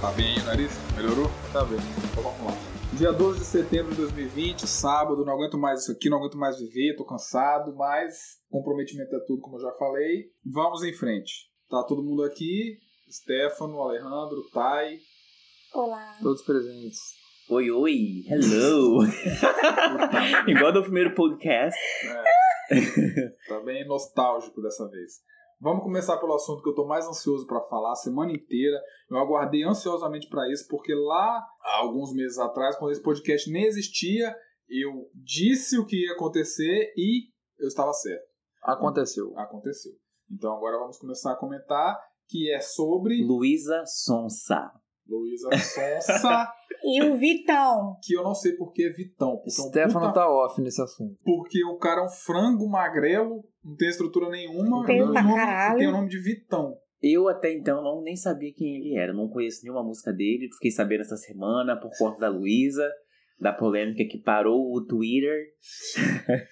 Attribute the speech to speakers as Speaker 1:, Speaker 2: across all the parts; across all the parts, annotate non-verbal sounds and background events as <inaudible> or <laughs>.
Speaker 1: Tá bem aí o nariz? Melhorou? Tá bem. Então vamos lá. Dia 12 de setembro de 2020, sábado, não aguento mais isso aqui, não aguento mais viver, tô cansado, mas comprometimento é tudo, como eu já falei. Vamos em frente. Tá todo mundo aqui? Stefano, Alejandro, Tai,
Speaker 2: Olá.
Speaker 1: todos presentes.
Speaker 3: Oi, oi,
Speaker 1: <laughs>
Speaker 3: hello. Igual do primeiro podcast.
Speaker 1: Tá bem nostálgico dessa vez. Vamos começar pelo assunto que eu tô mais ansioso para falar a semana inteira. Eu aguardei ansiosamente para isso, porque lá, há alguns meses atrás, quando esse podcast nem existia, eu disse o que ia acontecer e eu estava certo.
Speaker 4: Aconteceu.
Speaker 1: Aconteceu. Então agora vamos começar a comentar, que é sobre
Speaker 3: Luísa Sonsa.
Speaker 1: Luísa Sonsa, <laughs>
Speaker 2: E o Vitão.
Speaker 1: que eu não sei por que é Vitão. Porque, é um
Speaker 4: Stefano
Speaker 1: puta-
Speaker 4: tá off nesse assunto.
Speaker 1: porque o cara é um frango magrelo, não tem estrutura nenhuma,
Speaker 2: Tem
Speaker 1: e o
Speaker 2: pra
Speaker 1: nome-
Speaker 2: caralho.
Speaker 1: tem o nome de Vitão.
Speaker 3: Eu até então não nem sabia quem ele era, não conheço nenhuma música dele, fiquei sabendo essa semana por conta da Luísa, da polêmica que parou o Twitter.
Speaker 1: <laughs>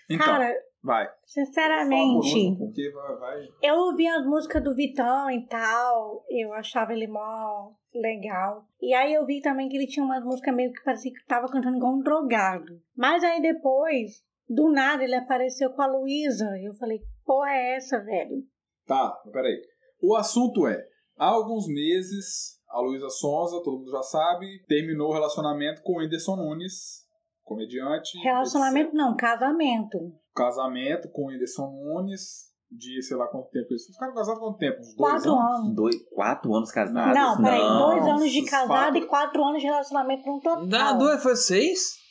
Speaker 1: Então,
Speaker 2: Cara,
Speaker 1: vai. Fala por último,
Speaker 2: sinceramente,
Speaker 1: porque vai, vai.
Speaker 2: eu ouvi as músicas do Vitão e tal. Eu achava ele mó legal. E aí eu vi também que ele tinha umas músicas meio que parecia que tava cantando igual um drogado. Mas aí depois, do nada, ele apareceu com a Luísa. E eu falei, porra é essa, velho?
Speaker 1: Tá, mas peraí. O assunto é: há alguns meses, a Luísa Sonza, todo mundo já sabe, terminou o relacionamento com o Whindersson Nunes, comediante.
Speaker 2: Relacionamento não, casamento.
Speaker 1: etc. Casamento com o Whindersson Nunes, de sei lá quanto tempo eles ficaram casados há quanto tempo? Uns dois
Speaker 2: Quatro
Speaker 1: anos?
Speaker 2: anos.
Speaker 3: Dois, quatro anos casados.
Speaker 2: Não, peraí,
Speaker 3: Não.
Speaker 2: dois anos de
Speaker 1: esses
Speaker 2: casado
Speaker 1: quatro-
Speaker 2: e quatro anos de relacionamento no total.
Speaker 4: Não, dois, Tá é, foi seis?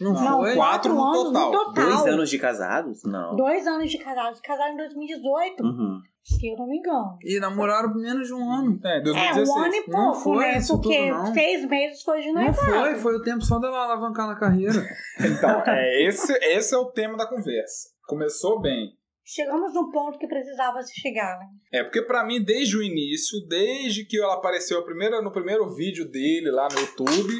Speaker 4: Não,
Speaker 1: Não,
Speaker 4: foi?
Speaker 1: quatro. no
Speaker 2: anos
Speaker 1: total.
Speaker 2: no total.
Speaker 3: Dois anos de casados? Não.
Speaker 2: Dois anos de casado. Casaram em 2018,
Speaker 3: Uhum.
Speaker 2: se eu não me engano.
Speaker 4: E namoraram por menos de um ano.
Speaker 1: É,
Speaker 2: É,
Speaker 1: 2016.
Speaker 2: um ano e pouco,
Speaker 4: Não foi
Speaker 2: né?
Speaker 4: isso
Speaker 2: Porque
Speaker 4: tudo, não.
Speaker 2: seis meses foi de
Speaker 1: é
Speaker 4: Não
Speaker 2: noivado.
Speaker 4: foi, foi o tempo só dela alavancar na carreira.
Speaker 1: <laughs> Então, é, esse, esse é o tema da conversa. Começou bem.
Speaker 2: Chegamos no ponto que precisava se chegar, né?
Speaker 1: É, porque pra mim, desde o início, desde que ela apareceu a primeira- no primeiro vídeo dele lá no YouTube,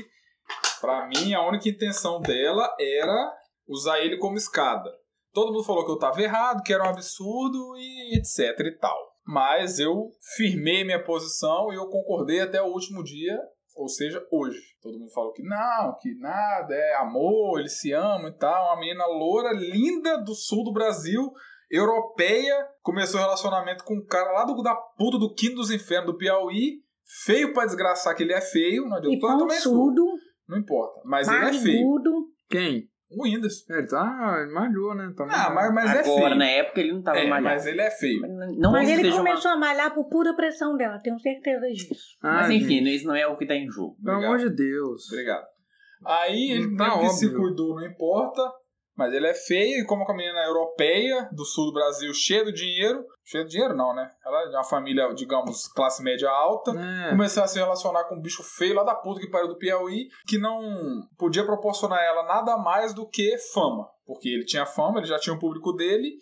Speaker 1: pra mim a única intenção dela era usar ele como escada. Todo mundo falou que eu tava errado, que era um absurdo e etc e tal. Mas eu firmei minha posição e eu concordei até o último dia, ou seja, hoje. Todo mundo falou que não, que nada, é amor, eles se amam e tal. Uma menina loura, linda do sul do Brasil, europeia, começou o relacionamento com um cara lá do, da puta do quinto dos infernos do Piauí, feio pra desgraçar que ele é feio, não
Speaker 2: E
Speaker 1: adianta eu também é sou.
Speaker 2: pançudo,
Speaker 1: Não importa, mas ele é feio.
Speaker 2: barrigudo.
Speaker 4: Quem?
Speaker 1: O Whindersson.
Speaker 4: É, Ele tá. Ele malhou, né? Tá
Speaker 1: Ah, mas, mas é feio.
Speaker 3: Agora,
Speaker 4: né?
Speaker 3: na época, ele não tava
Speaker 1: É,
Speaker 3: malhado.
Speaker 1: mas ele é feio.
Speaker 3: Não
Speaker 2: Mas
Speaker 3: que
Speaker 2: ele
Speaker 3: seja uma-
Speaker 2: começou a malhar por pura pressão dela, tenho certeza disso.
Speaker 4: Ah,
Speaker 3: Mas enfim,
Speaker 4: gente,
Speaker 3: isso não é o que tá em
Speaker 1: né?
Speaker 3: jogo.
Speaker 4: Pelo amor de Deus.
Speaker 1: Obrigado. Aí ele
Speaker 4: Tá
Speaker 1: meio que se
Speaker 4: óbvio.
Speaker 1: cuidou, não importa. Mas ele é feio, e como a menina europeia do sul do Brasil, cheia de dinheiro. Cheia de dinheiro não, né? Ela é de uma família, digamos, classe média alta.
Speaker 4: É.
Speaker 1: Começou a se relacionar com um bicho feio lá da puta que pariu do Piauí, que não podia proporcionar a ela nada mais do que fama. Porque ele tinha fama, ele já tinha o público dele,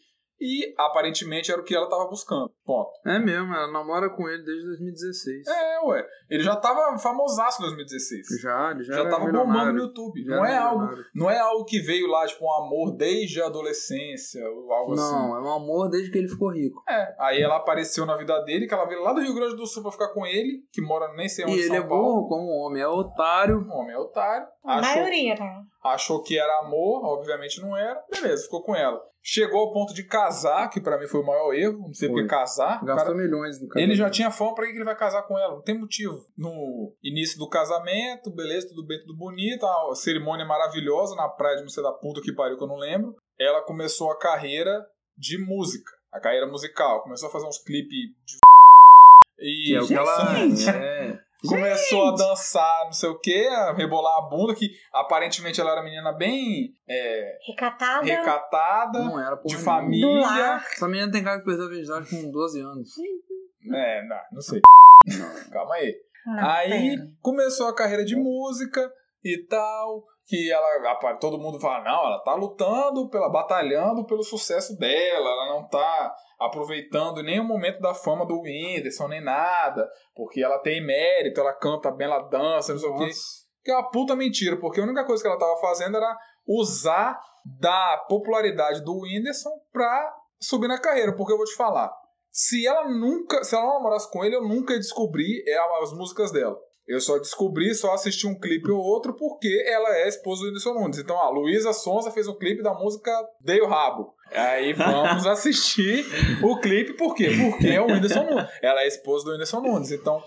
Speaker 1: e aparentemente era o que ela estava buscando. Ponto.
Speaker 4: É mesmo, ela namora com ele desde 2016.
Speaker 1: É, ué. Ele já tava famosaço em 2016.
Speaker 4: Já, ele já,
Speaker 1: Já,
Speaker 4: era
Speaker 1: tava bombando
Speaker 4: milionário.
Speaker 1: no YouTube.
Speaker 4: Já
Speaker 1: não,
Speaker 4: era
Speaker 1: é algo,
Speaker 4: milionário.
Speaker 1: não é algo que veio lá, tipo, um amor desde a adolescência ou algo assim.
Speaker 4: Não, é um amor desde que ele ficou rico.
Speaker 1: É. Aí ela apareceu na vida dele, que ela veio lá do Rio Grande do Sul pra ficar com ele, que mora nem sei
Speaker 4: E
Speaker 1: onde
Speaker 4: ele
Speaker 1: São
Speaker 4: é burro
Speaker 1: Paulo.
Speaker 4: como homem, é otário.
Speaker 1: O homem é otário.
Speaker 2: A
Speaker 1: Achou,
Speaker 2: maioria, né?
Speaker 1: achou que era amor, obviamente não era. Beleza, ficou com ela. Chegou ao ponto de casar, que pra mim foi o maior erro. Não sei por que
Speaker 4: Foi.
Speaker 1: casar. O
Speaker 4: Gastou
Speaker 1: cara-
Speaker 4: milhões no cara.
Speaker 1: Ele já tinha fome, pra que que ele vai casar com ela? Não tem motivo. No início do casamento, beleza, tudo bem, tudo bonito, a cerimônia é maravilhosa na praia de não sei da puta que pariu, que eu não lembro. Ela começou a carreira de música, a carreira musical. Começou a fazer uns clipes de. E
Speaker 4: Que é o que ela.
Speaker 1: Gente!
Speaker 4: É.
Speaker 1: começou a dançar, não sei o que, a rebolar a bunda, que aparentemente ela era uma menina bem é,
Speaker 2: Recatada.
Speaker 1: recatada,
Speaker 4: É, Não era porra
Speaker 1: de
Speaker 4: nenhuma.
Speaker 1: família.
Speaker 2: Do lar.
Speaker 4: Essa menina tem cara que perdeu a virgindade com 12 anos.
Speaker 1: É, não, não sei. Calma aí.
Speaker 2: Uhum. Não,
Speaker 1: Aí
Speaker 2: pera.
Speaker 1: começou a carreira de música e tal. Que ela, apa- todo mundo fala, não, ela tá lutando, pela, batalhando pelo sucesso dela, ela não tá aproveitando nem o momento da fama do Whindersson, nem nada, porque ela tem mérito, ela canta bem, ela dança, não sei o quê. Que é uma puta mentira, porque a única coisa que ela tava fazendo era usar da popularidade do Whindersson pra subir na carreira, porque eu vou te falar. Se ela nunca, se ela não namorasse com ele, eu nunca ia descobrir é, as músicas dela. Eu só descobri, só assisti um clipe ou outro, porque ela é esposa do Whindersson Nunes. Então, a Luísa Sonza fez um clipe da música Dei o Rabo. Aí vamos assistir o clipe, por quê? Porque é o Whindersson Nunes. Ela é esposa do Whindersson Nunes. Então,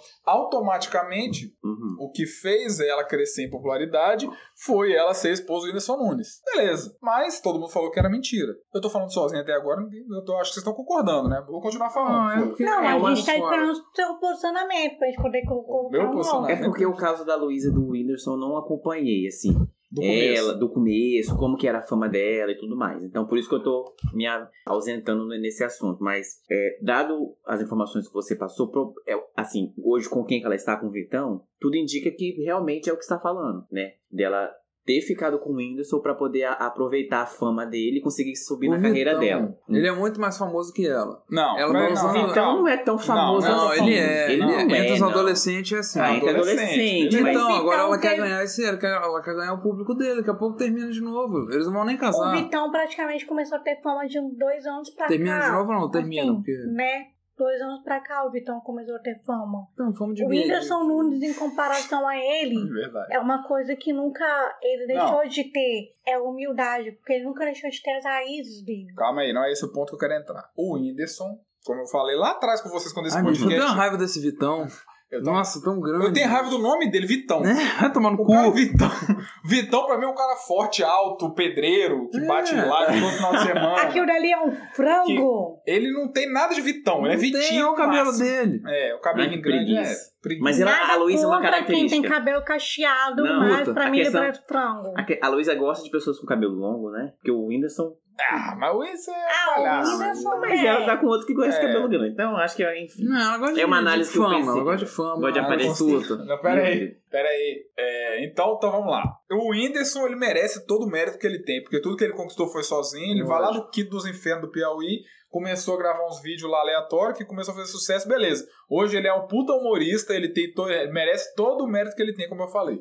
Speaker 1: automaticamente,
Speaker 3: Uhum.
Speaker 1: o que fez ela crescer em popularidade foi ela ser esposa do Whindersson Nunes. Beleza. Mas todo mundo falou que era mentira. Eu tô falando sozinho até agora, ninguém- eu tô, acho que vocês estão concordando, né? Vou continuar falando.
Speaker 4: Não, é
Speaker 1: foda-se.
Speaker 4: porque
Speaker 2: Não,
Speaker 4: é
Speaker 2: a
Speaker 4: uma
Speaker 2: gente tá
Speaker 4: só.
Speaker 2: esperando o seu posicionamento pra gente poder co- colocar
Speaker 1: meu
Speaker 2: um nome.
Speaker 1: posicionamento?
Speaker 3: É porque o caso da Luísa e do Whindersson eu não acompanhei, assim.
Speaker 1: Do começo.
Speaker 3: ela, do começo, como que era a fama dela e tudo mais. Então, por isso que eu tô me a- ausentando nesse assunto. Mas, é, dado as informações que você passou, pro- é, assim, hoje com quem que ela está com o Vitão, tudo indica que realmente é o que está falando, né? Dela ter ficado com o Whindersson pra poder a- aproveitar a fama dele e conseguir subir
Speaker 4: O
Speaker 3: na carreira
Speaker 4: Vitão,
Speaker 3: dela.
Speaker 4: Ele é muito mais famoso que ela.
Speaker 1: Não,
Speaker 4: Ela
Speaker 1: peraí,
Speaker 4: tá
Speaker 1: não,
Speaker 4: usando-
Speaker 1: não,
Speaker 3: Vitão não, é tão famoso
Speaker 4: não,
Speaker 3: assim.
Speaker 4: ele é. Ele
Speaker 3: não
Speaker 4: é. Entre os
Speaker 3: não.
Speaker 4: adolescentes é assim.
Speaker 3: Ah,
Speaker 1: é
Speaker 3: entre
Speaker 1: adolescente,
Speaker 3: adolescente.
Speaker 1: ele
Speaker 4: Então,
Speaker 1: é
Speaker 3: mas-
Speaker 2: Vitão
Speaker 4: agora ela quer
Speaker 2: teve-
Speaker 4: ganhar esse, ela quer, ela quer ganhar o público dele, daqui a pouco termina de novo. Eles não vão nem
Speaker 2: O
Speaker 4: casar.
Speaker 2: Vitão praticamente começou a ter fama de uns dois anos pra
Speaker 4: Termina
Speaker 2: tá cá.
Speaker 4: de novo ou não? Termina,
Speaker 2: Assim,
Speaker 4: porque.
Speaker 2: Né? Dois anos pra cá o Vitão começou a ter fama.
Speaker 4: Então, fome de
Speaker 2: O
Speaker 4: beijo.
Speaker 2: Whindersson Nunes, em comparação a ele,
Speaker 4: Então,
Speaker 1: é verdade.
Speaker 2: é uma coisa que nunca ele
Speaker 1: Não.
Speaker 2: deixou de ter. É humildade, porque ele nunca deixou de ter as raízes dele.
Speaker 1: Calma aí, não é esse o ponto que eu quero entrar. O Whindersson, como eu falei lá atrás com vocês quando esse
Speaker 4: Ai, bicho, eu tenho uma
Speaker 1: podcast.
Speaker 4: raiva desse Vitão.
Speaker 1: Eu, tava-
Speaker 4: Nossa, tão grande.
Speaker 1: eu tenho raiva do nome dele, Vitão.
Speaker 4: Né? <laughs> Vai tomar no
Speaker 1: O
Speaker 4: cu.
Speaker 1: cara é Vitão. <laughs> Vitão, pra mim, é um cara forte, alto, pedreiro, que
Speaker 4: É.
Speaker 1: bate lá todo final
Speaker 4: <laughs>
Speaker 1: de semana.
Speaker 2: Aquilo dali é um frango.
Speaker 1: Ele não tem nada de Vitão, ele é
Speaker 4: Não tem,
Speaker 1: Vitinho.
Speaker 4: é o cabelo
Speaker 1: máximo.
Speaker 4: dele.
Speaker 1: É, o cabelo
Speaker 3: Ai, que
Speaker 1: grande
Speaker 3: preguiça.
Speaker 1: é preguiça.
Speaker 3: Mas ela-
Speaker 2: Nada
Speaker 3: a Luísa é uma
Speaker 2: contra quem tem
Speaker 3: característica.
Speaker 2: cabelo cacheado,
Speaker 3: Não,
Speaker 2: mas
Speaker 4: puta,
Speaker 2: pra
Speaker 3: a
Speaker 2: mim
Speaker 3: questão-
Speaker 2: ele é frango.
Speaker 3: A que- A Luísa gosta de pessoas com cabelo longo, né? Porque o Whindersson
Speaker 1: Ah, mas isso é
Speaker 2: Ah,
Speaker 1: palhaço.
Speaker 2: o Whindersson
Speaker 3: Mas
Speaker 2: é.
Speaker 3: ela tá com outro que gosta de
Speaker 1: É.
Speaker 3: cabelo grande. Então, acho que, enfim.
Speaker 4: Não, ela gosta
Speaker 3: É uma
Speaker 4: de-
Speaker 3: análise
Speaker 4: de
Speaker 3: que eu
Speaker 4: fama.
Speaker 3: pensei.
Speaker 4: Ela gosta de fama.
Speaker 3: Gosta de
Speaker 1: Ah,
Speaker 4: ela
Speaker 3: aparecer.
Speaker 4: prostituta.
Speaker 1: Não, pera aí, pera aí. É, então, então vamos lá. O Whindersson, ele merece todo o mérito que ele tem, porque tudo que ele conquistou foi sozinho. Ele vai lá do Kid dos Infernos do Piauí, começou a gravar uns vídeos lá aleatórios, que começou a fazer sucesso, beleza. Hoje ele é um puta humorista, ele, tem to- ele merece todo o mérito que ele tem, como eu falei.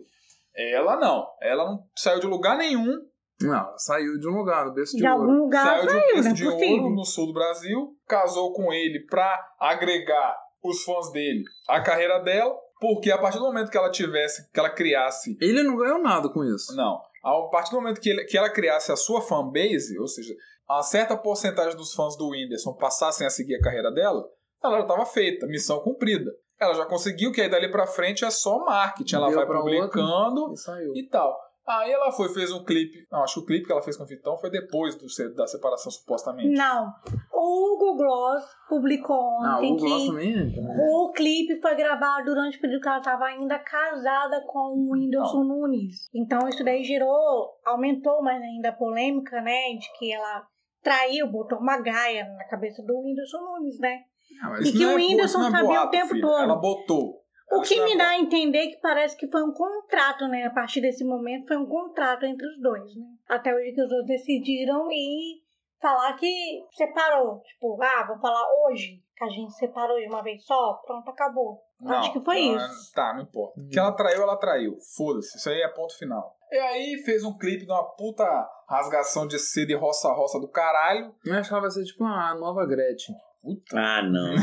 Speaker 1: Ela não, ela não saiu de lugar nenhum,
Speaker 4: Não, saiu de um lugar, desse de,
Speaker 2: De
Speaker 4: ouro.
Speaker 2: algum lugar
Speaker 1: saiu de um
Speaker 2: não
Speaker 4: né,
Speaker 1: preço
Speaker 2: é
Speaker 1: de
Speaker 2: possível.
Speaker 1: ouro no sul do Brasil, casou com ele pra agregar os fãs dele à carreira dela, porque a partir do momento que ela tivesse, que ela criasse
Speaker 4: Ele não ganhou nada com isso.
Speaker 1: Não. A partir do momento que, ele- que ela criasse a sua fanbase, ou seja, uma certa porcentagem dos fãs do Whindersson passassem a seguir a carreira dela, ela já estava feita, missão cumprida. Ela já conseguiu, que aí dali pra frente é só marketing. Ela
Speaker 4: Deu
Speaker 1: vai
Speaker 4: pra
Speaker 1: publicando
Speaker 4: E saiu.
Speaker 1: e tal. Aí ela foi, fez um clipe. Não, acho que o clipe que ela fez com o Vitão foi depois do se- da separação, supostamente.
Speaker 2: Não. O Hugo Gloss publicou
Speaker 4: Ah,
Speaker 2: ontem
Speaker 4: o
Speaker 2: Então, que
Speaker 4: gosto mesmo.
Speaker 2: o clipe foi gravado durante o período que ela estava ainda casada com o Whindersson Nunes. Então isso daí gerou, aumentou mais ainda a polêmica, né? De que ela traiu, botou uma gaia na cabeça do Whindersson Nunes, né?
Speaker 1: Ah, mas
Speaker 2: E
Speaker 1: isso
Speaker 2: que
Speaker 1: não
Speaker 2: o
Speaker 1: é bo-
Speaker 2: Whindersson
Speaker 1: isso não é
Speaker 2: sabia o
Speaker 1: boato,
Speaker 2: tempo
Speaker 1: filha.
Speaker 2: todo.
Speaker 1: Ela botou.
Speaker 2: O
Speaker 1: Isso
Speaker 2: que
Speaker 1: não é
Speaker 2: me dá a entender que parece que foi um contrato, né? A partir desse momento foi um contrato entre os dois, né? Até hoje que os dois decidiram e falar que separou. Tipo, ah, vou falar hoje, que a gente separou de uma vez só, pronto, acabou.
Speaker 1: Não,
Speaker 2: Acho que foi
Speaker 1: ah,
Speaker 2: isso. Hum.
Speaker 1: Tá, não importa. Que ela traiu, ela traiu. Foda-se, isso aí é ponto final. E aí fez um clipe de uma puta rasgação de seda e roça-roça do caralho.
Speaker 4: Eu acho que ela vai ser tipo a nova Gretchen.
Speaker 1: Puta. <laughs>
Speaker 3: Ah, não.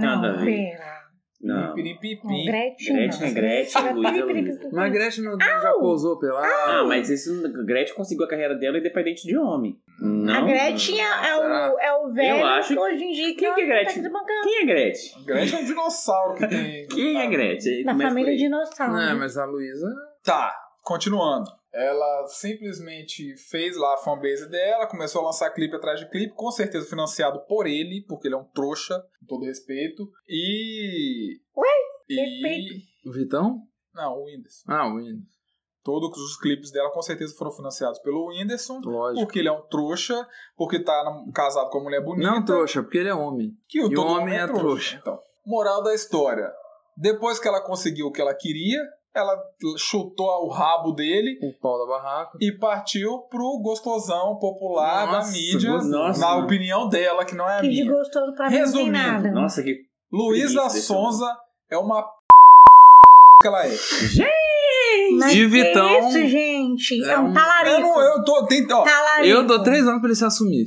Speaker 3: Nada a
Speaker 2: Não,
Speaker 3: ver.
Speaker 2: pera.
Speaker 3: Não.
Speaker 2: Não,
Speaker 1: Piripipi.
Speaker 2: Gretchen. tá
Speaker 3: Gretchen é
Speaker 2: não.
Speaker 3: Gretchen, Luísa é Luísa.
Speaker 4: Mas a Gretchen não, já pousou pela.
Speaker 3: Ah, mas isso, Gretchen conseguiu a carreira dela independente de homem. Não.
Speaker 2: A Gretchen é, é
Speaker 4: Será?
Speaker 2: o, é o velho
Speaker 3: Eu acho
Speaker 2: que hoje em dia
Speaker 3: Quem que é
Speaker 2: ela tá
Speaker 3: Gretchen?
Speaker 2: se bancando.
Speaker 3: Quem é Gretchen?
Speaker 1: Gretchen é um dinossauro que
Speaker 2: <laughs>
Speaker 1: tem.
Speaker 3: Quem é Gretchen?
Speaker 2: Na
Speaker 3: Começa
Speaker 2: família
Speaker 3: por aí.
Speaker 2: dinossauro.
Speaker 4: Não, É, mas a Luísa.
Speaker 1: Tá, continuando. Ela simplesmente fez lá a fanbase dela, começou a lançar clipe atrás de clipe, com certeza financiado por ele, porque ele é um trouxa, com todo respeito. E.
Speaker 2: Ué,
Speaker 1: E.
Speaker 2: respeito.
Speaker 4: O Vitão?
Speaker 1: Não, o Whindersson.
Speaker 4: Ah, o Windows.
Speaker 1: Todos os clipes dela com certeza foram financiados pelo Whindersson.
Speaker 4: Lógico.
Speaker 1: Porque ele é um trouxa, porque tá nam- casado com uma mulher bonita.
Speaker 2: tá-
Speaker 4: Não trouxa, porque ele é homem.
Speaker 1: Que o
Speaker 4: E
Speaker 1: todo
Speaker 4: o homem é trouxa.
Speaker 1: Então, moral da história. Depois que ela conseguiu o que ela queria, ela chutou o rabo dele
Speaker 4: O pau da barraca.
Speaker 1: e partiu pro gostosão popular da
Speaker 4: Nossa,
Speaker 1: mídia,
Speaker 4: gostoso.
Speaker 3: Nossa.
Speaker 1: na opinião dela, que não é a
Speaker 2: que de
Speaker 1: minha.
Speaker 2: gostoso pra mim não tem
Speaker 1: Resumindo,
Speaker 2: nada.
Speaker 3: Nossa, que.
Speaker 1: Luísa
Speaker 3: Preguiça desse
Speaker 1: Sonza é uma p... que ela é.
Speaker 2: Mas
Speaker 4: De
Speaker 2: que
Speaker 4: Vitão.
Speaker 2: Isso, gente. É,
Speaker 4: É
Speaker 2: um
Speaker 4: um-
Speaker 1: Eu,
Speaker 2: talarico.
Speaker 1: não, eu tô... Tem, ó,
Speaker 2: Talarico.
Speaker 4: Eu dou três anos pra ele se assumir.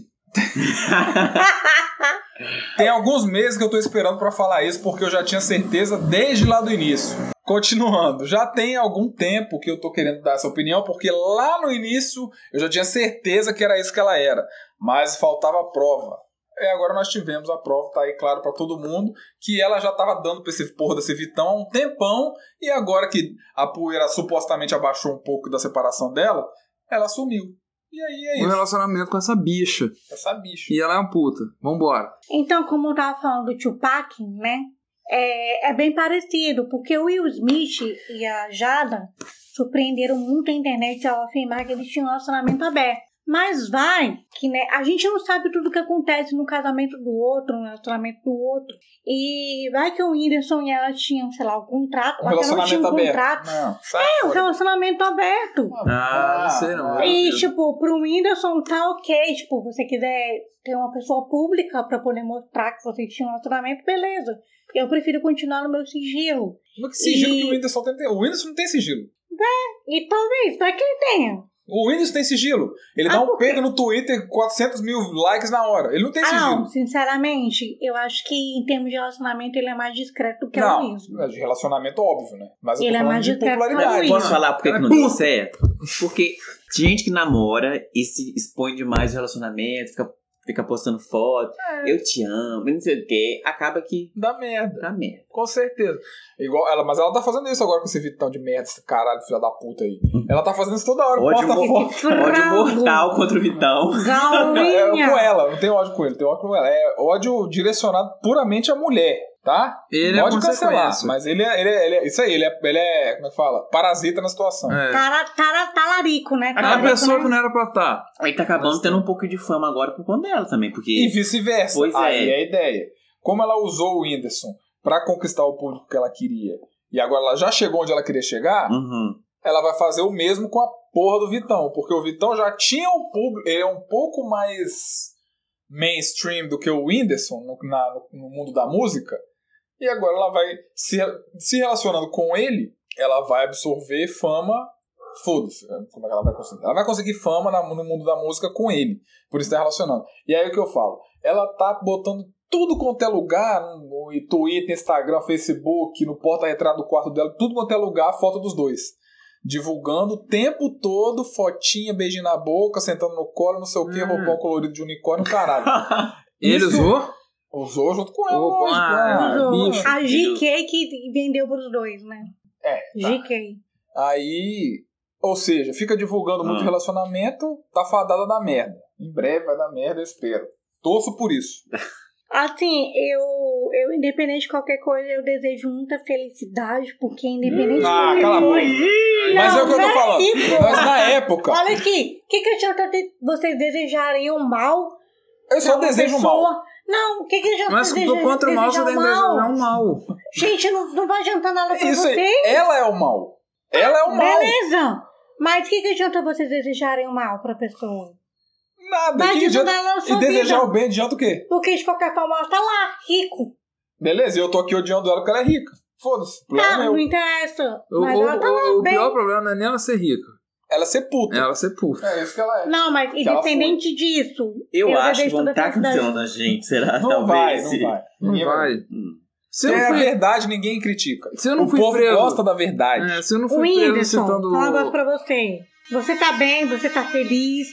Speaker 1: Tem alguns meses que eu tô esperando pra falar isso, porque eu já tinha certeza desde lá do início. Continuando, já tem algum tempo que eu tô querendo dar essa opinião, porque lá no início eu já tinha certeza que era isso que ela era, mas faltava a prova. E agora nós tivemos a prova, tá aí claro pra todo mundo, que ela já tava dando pra esse porra desse Vitão há um tempão, e agora que a poeira supostamente abaixou um pouco da separação dela, ela sumiu. E aí é
Speaker 4: Um
Speaker 1: isso,
Speaker 4: relacionamento com essa bicha.
Speaker 1: essa bicha.
Speaker 4: E ela é uma puta. Vambora.
Speaker 2: Então, como eu tava falando do Tupac, né? É, é bem parecido, porque o Will Smith e a Jada surpreenderam muito a internet ao afirmar que eles tinham um relacionamento aberto. Mas vai que, né, a gente não sabe tudo o que acontece no casamento do outro, no relacionamento do outro. E vai que o Whindersson e ela tinham, sei lá, um contrato,
Speaker 1: Um
Speaker 2: mas ela não tinha um
Speaker 1: relacionamento aberto.
Speaker 2: contrato.
Speaker 1: Não, sai
Speaker 2: É um
Speaker 1: fora.
Speaker 2: relacionamento aberto.
Speaker 4: Ah, não sei não.
Speaker 2: E,
Speaker 4: Deus.
Speaker 2: tipo, pro Whindersson tá ok. Tipo, você quiser ter uma pessoa pública pra poder mostrar que você tinha um relacionamento, beleza. Eu prefiro continuar no meu sigilo.
Speaker 1: Mas que sigilo
Speaker 2: E-
Speaker 1: que o Whindersson tem? O Whindersson não tem sigilo.
Speaker 2: E talvez, pra quem tenha.
Speaker 1: O Whindersson tem sigilo. Ele
Speaker 2: Ah,
Speaker 1: dá um
Speaker 2: por quê?
Speaker 1: pega no Twitter, 400 mil likes na hora. Ele não tem
Speaker 2: Ah,
Speaker 1: sigilo.
Speaker 2: não, sinceramente, eu acho que em termos de relacionamento ele é mais discreto do que o
Speaker 1: Não,
Speaker 2: Luiz.
Speaker 1: é de relacionamento óbvio, né? Mas eu
Speaker 2: Ele
Speaker 1: tô
Speaker 2: é
Speaker 1: falando
Speaker 2: mais
Speaker 1: de
Speaker 2: de cara-
Speaker 1: popularidade.
Speaker 2: Luiz.
Speaker 3: Posso falar por que que não
Speaker 4: Puta.
Speaker 3: deu certo? Porque tem gente que namora e se expõe demais no relacionamento, fica, fica postando foto,
Speaker 1: É.
Speaker 3: eu te amo, e não sei o que, acaba que
Speaker 1: Da merda,
Speaker 3: dá merda.
Speaker 1: com certeza. Igual ela, mas ela tá fazendo isso agora com esse vitão de merda, esse caralho, filha da puta aí.
Speaker 4: Uhum.
Speaker 1: Ela tá fazendo isso toda hora,
Speaker 3: Ódio
Speaker 1: posta
Speaker 3: mo-
Speaker 1: foto.
Speaker 3: Ódio
Speaker 2: Frango.
Speaker 3: mortal contra o Vitão.
Speaker 1: É com
Speaker 2: Galinha.
Speaker 1: ela, não tem ódio com ele, tem ódio com ela. É ódio direcionado puramente à mulher, tá?
Speaker 4: Ele é
Speaker 1: Pode cancelar,
Speaker 4: consequência.
Speaker 1: mas ele é, ele é- ele é- Isso aí, ele é, ele é. Como é que fala? Parasita na situação.
Speaker 4: É.
Speaker 2: Tara, tara, talarico, né?
Speaker 4: É uma
Speaker 2: Talarico,
Speaker 4: pessoa
Speaker 2: né?
Speaker 4: que não era pra estar.
Speaker 3: Aí tá acabando tendo um pouco de fama agora por conta dela também,
Speaker 1: E
Speaker 3: porque
Speaker 1: vice-versa.
Speaker 3: Pois é.
Speaker 1: Aí é a ideia. Como ela usou o Whindersson pra conquistar o público que ela queria, e agora ela já chegou onde ela queria chegar,
Speaker 3: Uhum.
Speaker 1: ela vai fazer o mesmo com a porra do Vitão, porque o Vitão já tinha um público, ele é um pouco mais mainstream do que o Whindersson no, na- no mundo da música, e agora ela vai se, se relacionando com ele, ela vai absorver fama, foda-se, né? como é que ela vai conseguir? Ela vai conseguir fama na- no mundo da música com ele, por isso tá relacionando. E aí o que eu falo? Ela tá botando tudo quanto é lugar, no Twitter, Instagram, Facebook, no porta-retrato do quarto dela, tudo quanto é lugar, a foto dos dois divulgando o tempo todo, fotinha, beijinho na boca, sentando no colo, não sei o que,
Speaker 4: Hum.
Speaker 1: roupão colorido de unicórnio,
Speaker 4: <laughs>
Speaker 1: caralho.
Speaker 4: Ele
Speaker 1: Isso.
Speaker 4: usou?
Speaker 1: Usou junto com ela,
Speaker 4: Opa,
Speaker 1: lógico. né?
Speaker 4: Ah, bicho,
Speaker 2: a GK que vendeu pros dois, né?
Speaker 1: É,
Speaker 2: GK.
Speaker 1: Aí, ou seja, fica divulgando muito
Speaker 3: Ah.
Speaker 1: relacionamento, tá fadada da merda. Em breve vai dar merda, eu espero. Torço por isso.
Speaker 2: Assim, eu, eu, independente de qualquer coisa, eu desejo muita felicidade, porque é independente de
Speaker 1: Ah,
Speaker 2: qualquer
Speaker 1: cala a
Speaker 2: coisa.
Speaker 1: boca. Mas é o que eu tô
Speaker 2: peraí,
Speaker 1: falando.
Speaker 2: pô.
Speaker 1: Mas na época,
Speaker 2: Olha aqui, que que adianta de- vocês desejarem o mal?
Speaker 1: eu só
Speaker 4: É
Speaker 2: pra uma
Speaker 1: desejo
Speaker 2: pessoa?
Speaker 1: mal.
Speaker 2: Não, o que que adianta
Speaker 4: Mas
Speaker 2: você
Speaker 4: do
Speaker 2: desejar,
Speaker 4: contra o mal, você
Speaker 2: desejar
Speaker 4: tem que desejar um mal.
Speaker 2: Gente, não, não vai adiantar nada pra
Speaker 1: É Isso aí,
Speaker 2: vocês.
Speaker 1: ela é o mal. Ela é o mal.
Speaker 2: Beleza. Mas o que, que adianta vocês desejarem o mal pra pessoa?
Speaker 1: Nada.
Speaker 2: Vai
Speaker 1: Que
Speaker 2: adiantar
Speaker 1: adianta...
Speaker 2: nada na sua
Speaker 1: E
Speaker 2: vida.
Speaker 1: desejar o bem adianta o quê?
Speaker 2: Porque de qualquer forma ela tá lá, rico.
Speaker 1: Beleza, e eu tô aqui odiando ela porque ela é rica. Foda-se.
Speaker 2: Tá,
Speaker 4: Ah,
Speaker 1: Problema é
Speaker 2: não
Speaker 1: meu.
Speaker 2: interessa.
Speaker 4: O,
Speaker 2: Mas
Speaker 4: o-
Speaker 2: ela tá lá,
Speaker 4: o- o
Speaker 2: bem.
Speaker 4: pior problema não é nem ela ser rica,
Speaker 1: Ela é ser puta.
Speaker 4: é ela ser puta.
Speaker 1: É isso que ela é.
Speaker 2: Não, mas
Speaker 1: ela
Speaker 2: independente disso.
Speaker 3: Eu, acho que
Speaker 2: desejo
Speaker 3: vão
Speaker 2: toda a
Speaker 3: estar
Speaker 2: felicidade.
Speaker 3: cancelando a gente, será?
Speaker 1: Não vai,
Speaker 3: Talvez.
Speaker 1: não vai.
Speaker 4: Não
Speaker 1: Ninguém
Speaker 4: vai.
Speaker 3: Hum.
Speaker 4: Se eu
Speaker 1: é
Speaker 4: não
Speaker 1: a
Speaker 4: fui,
Speaker 1: verdade, ninguém critica.
Speaker 4: se eu não
Speaker 1: o
Speaker 4: fui
Speaker 1: povo
Speaker 4: preso.
Speaker 1: gosta da verdade.
Speaker 4: É, se eu não
Speaker 2: O
Speaker 4: fui preso
Speaker 2: Whindersson,
Speaker 4: citando.
Speaker 2: fala um negócio pra você. Você tá bem, você tá feliz.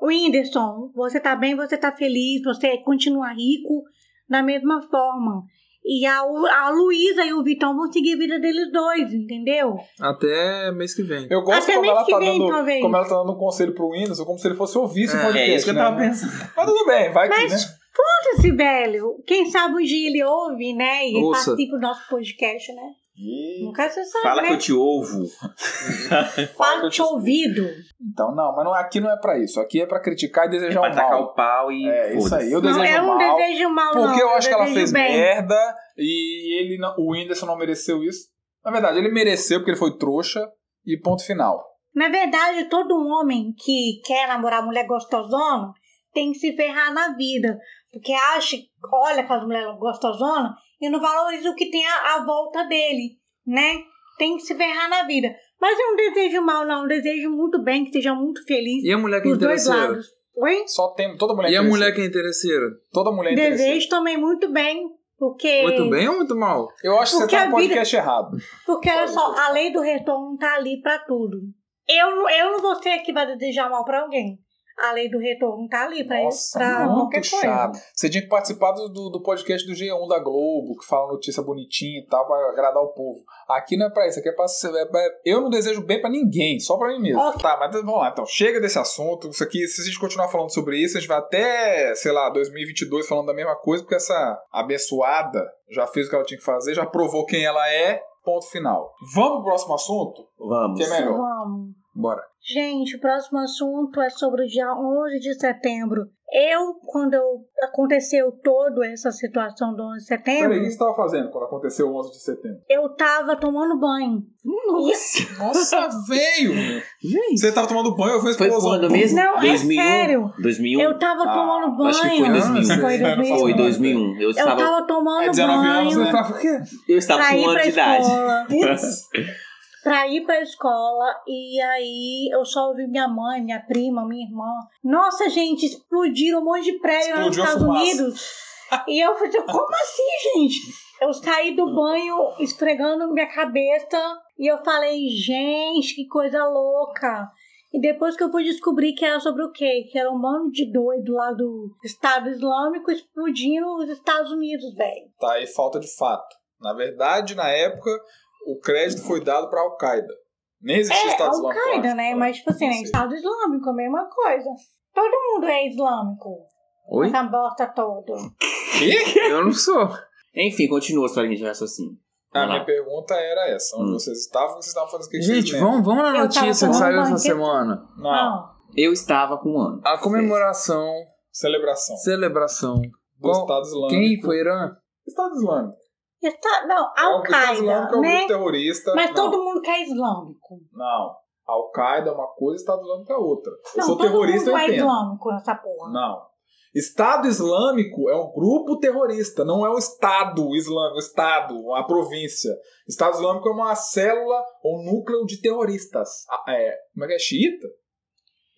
Speaker 2: O Whindersson, você tá bem, você tá feliz, você continua rico da mesma forma. E a, Lu- a Luísa e o Vitão vão seguir a vida deles dois, entendeu?
Speaker 4: Até mês que vem.
Speaker 1: Eu gosto
Speaker 2: Até
Speaker 1: quando
Speaker 2: mês
Speaker 1: ela,
Speaker 2: Ah, que
Speaker 1: tá
Speaker 2: vem,
Speaker 1: dando,
Speaker 2: talvez.
Speaker 1: como ela tá dando um conselho pro Windows, como se ele fosse ouvir esse
Speaker 4: É,
Speaker 1: podcast.
Speaker 3: É isso que eu tava
Speaker 1: né?
Speaker 3: pensando.
Speaker 1: Mas tudo bem, vai que, né?
Speaker 2: Mas foda-se, velho. Quem sabe um dia ele ouve, né? E
Speaker 4: Ouça.
Speaker 2: participa do nosso podcast, né?
Speaker 1: Ih,
Speaker 2: Nunca se sabe,
Speaker 3: Fala que
Speaker 2: né?
Speaker 3: eu te ouvo.
Speaker 1: Tá fala que eu
Speaker 2: Fala
Speaker 1: te-
Speaker 2: te ouvido.
Speaker 1: Então, não, mas não, aqui não é pra isso. Aqui é pra criticar e
Speaker 3: É
Speaker 1: desejar
Speaker 3: pra
Speaker 1: um
Speaker 3: tacar
Speaker 1: mal.
Speaker 3: o pau e.
Speaker 1: É, isso
Speaker 3: foda-se.
Speaker 1: aí. Eu
Speaker 2: não,
Speaker 1: desejo
Speaker 2: eu
Speaker 1: mal.
Speaker 2: não desejo mal, não. é um
Speaker 1: Porque eu acho que ela
Speaker 2: desejo
Speaker 1: fez
Speaker 2: bem.
Speaker 1: merda e ele não- o Whindersson não mereceu isso. Na verdade, ele mereceu porque ele foi trouxa e ponto final.
Speaker 2: Na verdade, todo homem que quer namorar mulher gostosona tem que se ferrar na vida. Porque acha, olha aquelas mulheres gostosonas e não valoriza o que tem à, à volta dele, né? Tem que se ferrar na vida. Mas eu não desejo mal, não. Eu desejo muito bem, que seja muito feliz
Speaker 4: E a mulher que é
Speaker 2: dos dois
Speaker 4: interesseira?
Speaker 2: lados. Oi?
Speaker 1: Só tem. Toda mulher
Speaker 4: E a
Speaker 1: interesseira.
Speaker 4: mulher que é interesseira?
Speaker 1: Toda mulher é interesseira.
Speaker 2: Desejo também muito bem Porque,
Speaker 4: Muito bem ou muito mal?
Speaker 1: Eu acho que você
Speaker 2: Porque
Speaker 1: tá
Speaker 2: a
Speaker 1: no
Speaker 2: vida-
Speaker 1: podcast errado.
Speaker 2: porque olha só, a lei do retorno tá ali pra tudo. Eu, não- eu não vou ser que vai desejar mal pra alguém. A lei do retorno tá ali pra,
Speaker 1: Nossa,
Speaker 3: Ah,
Speaker 2: pra
Speaker 1: muito
Speaker 2: qualquer
Speaker 1: chato.
Speaker 2: coisa.
Speaker 1: Você tinha que participar do, do, do podcast do G1 da Globo, que fala notícia bonitinha e tal, pra agradar o povo. Aqui não é pra isso, aqui é pra. é pra- Eu não desejo bem pra ninguém, só pra mim mesmo.
Speaker 2: Ok.
Speaker 1: Tá, mas vamos lá, então. Chega desse assunto. Isso aqui, se a gente continuar falando sobre isso, a gente vai até, sei lá, 2022 falando da mesma coisa, porque essa abençoada já fez o que ela tinha que fazer, já provou quem ela é. Ponto final. Vamos pro próximo assunto?
Speaker 3: Vamos.
Speaker 1: Que é melhor.
Speaker 2: Vamos.
Speaker 1: Bora.
Speaker 2: Gente, o próximo assunto é sobre o dia 11 de setembro. Eu, quando eu- aconteceu toda essa situação do 11 de setembro,
Speaker 1: Peraí, o que você tava fazendo quando aconteceu o 11 de setembro?
Speaker 2: eu tava tomando banho.
Speaker 3: Nossa!
Speaker 1: Nossa, veio! meu.
Speaker 3: Gente!
Speaker 1: Você tava tomando banho, eu vi uma
Speaker 3: Foi
Speaker 1: explosão.
Speaker 3: quando mesmo?
Speaker 2: Não, é
Speaker 3: 2001?
Speaker 2: sério.
Speaker 3: 2001?
Speaker 2: Eu tava
Speaker 1: Ah,
Speaker 2: tomando banho.
Speaker 3: acho que foi 2000.
Speaker 2: Foi
Speaker 1: Não, não
Speaker 2: 2000.
Speaker 3: um? Foi 2001. Eu
Speaker 2: Eu
Speaker 3: estava,
Speaker 2: tava tomando
Speaker 1: É 19
Speaker 2: banho
Speaker 1: anos, né?
Speaker 4: <laughs> Por quê?
Speaker 3: eu estava
Speaker 2: pra
Speaker 3: com um
Speaker 2: ir
Speaker 3: ano
Speaker 2: pra
Speaker 3: de idade.
Speaker 2: escola. pra ir pra escola e aí eu só ouvi minha mãe, minha prima, minha irmã. Nossa, gente, explodiram um monte de prédio lá nos
Speaker 1: Explodiu a
Speaker 2: Estados
Speaker 1: fumaça.
Speaker 2: Unidos. E eu falei, como assim, gente? Eu saí do banho esfregando minha cabeça e eu falei, gente, que coisa louca. E depois que eu fui descobrir que era sobre o quê? Que era um bando de doido lá do Estado Islâmico explodindo os Estados Unidos, velho.
Speaker 1: Tá aí falta de fato. Na verdade, na época, o crédito foi dado pra Al-Qaeda. Nem existia
Speaker 2: É,
Speaker 1: Estado Islâmico. eu
Speaker 2: Al-Qaeda,
Speaker 1: acho.
Speaker 2: né? Mas, tipo assim,
Speaker 1: Não
Speaker 2: né?
Speaker 1: sei.
Speaker 2: Estado Islâmico, a mesma coisa. Todo mundo é islâmico.
Speaker 4: Oi?
Speaker 2: Essa bosta toda.
Speaker 1: Quê?
Speaker 4: Eu não sou.
Speaker 3: <laughs> Enfim, continua a sua linha de raciocínio.
Speaker 1: A
Speaker 3: Vamos lá.
Speaker 1: Ah, minha pergunta era essa. Onde
Speaker 3: Hum.
Speaker 1: vocês estavam, o que vocês estavam fazendo? O que vocês
Speaker 4: Gente,
Speaker 1: fizeram?
Speaker 4: vamos, vamos na
Speaker 2: Eu tava
Speaker 4: notícia que
Speaker 2: tomando
Speaker 4: saiu essa
Speaker 2: banquete.
Speaker 4: semana.
Speaker 1: Não,
Speaker 3: Eu estava com um ano.
Speaker 4: A
Speaker 1: Ah,
Speaker 4: comemoração,
Speaker 1: celebração
Speaker 4: celebração.
Speaker 1: do
Speaker 4: Qual-
Speaker 1: Estado Islâmico.
Speaker 4: Quem foi Irã?
Speaker 1: Estado Islâmico.
Speaker 2: Está, tá, não,
Speaker 1: É o- o Estado Islâmico
Speaker 2: Al-Qaeda,
Speaker 1: é um
Speaker 2: né?
Speaker 1: grupo terrorista.
Speaker 2: Mas
Speaker 1: não,
Speaker 2: todo mundo que é islâmico.
Speaker 1: Não. Al-Qaeda é uma coisa, Estado Islâmico é outra. Eu
Speaker 2: não,
Speaker 1: sou
Speaker 2: todo
Speaker 1: terrorista, eu
Speaker 2: mundo é
Speaker 1: entendo.
Speaker 2: islâmico nessa porra.
Speaker 1: Não. Estado Islâmico é um grupo terrorista, não é o Estado Islâmico, o Estado, a província. Estado Islâmico é uma célula ou núcleo de terroristas. Ah, é, como é que é? Xiita?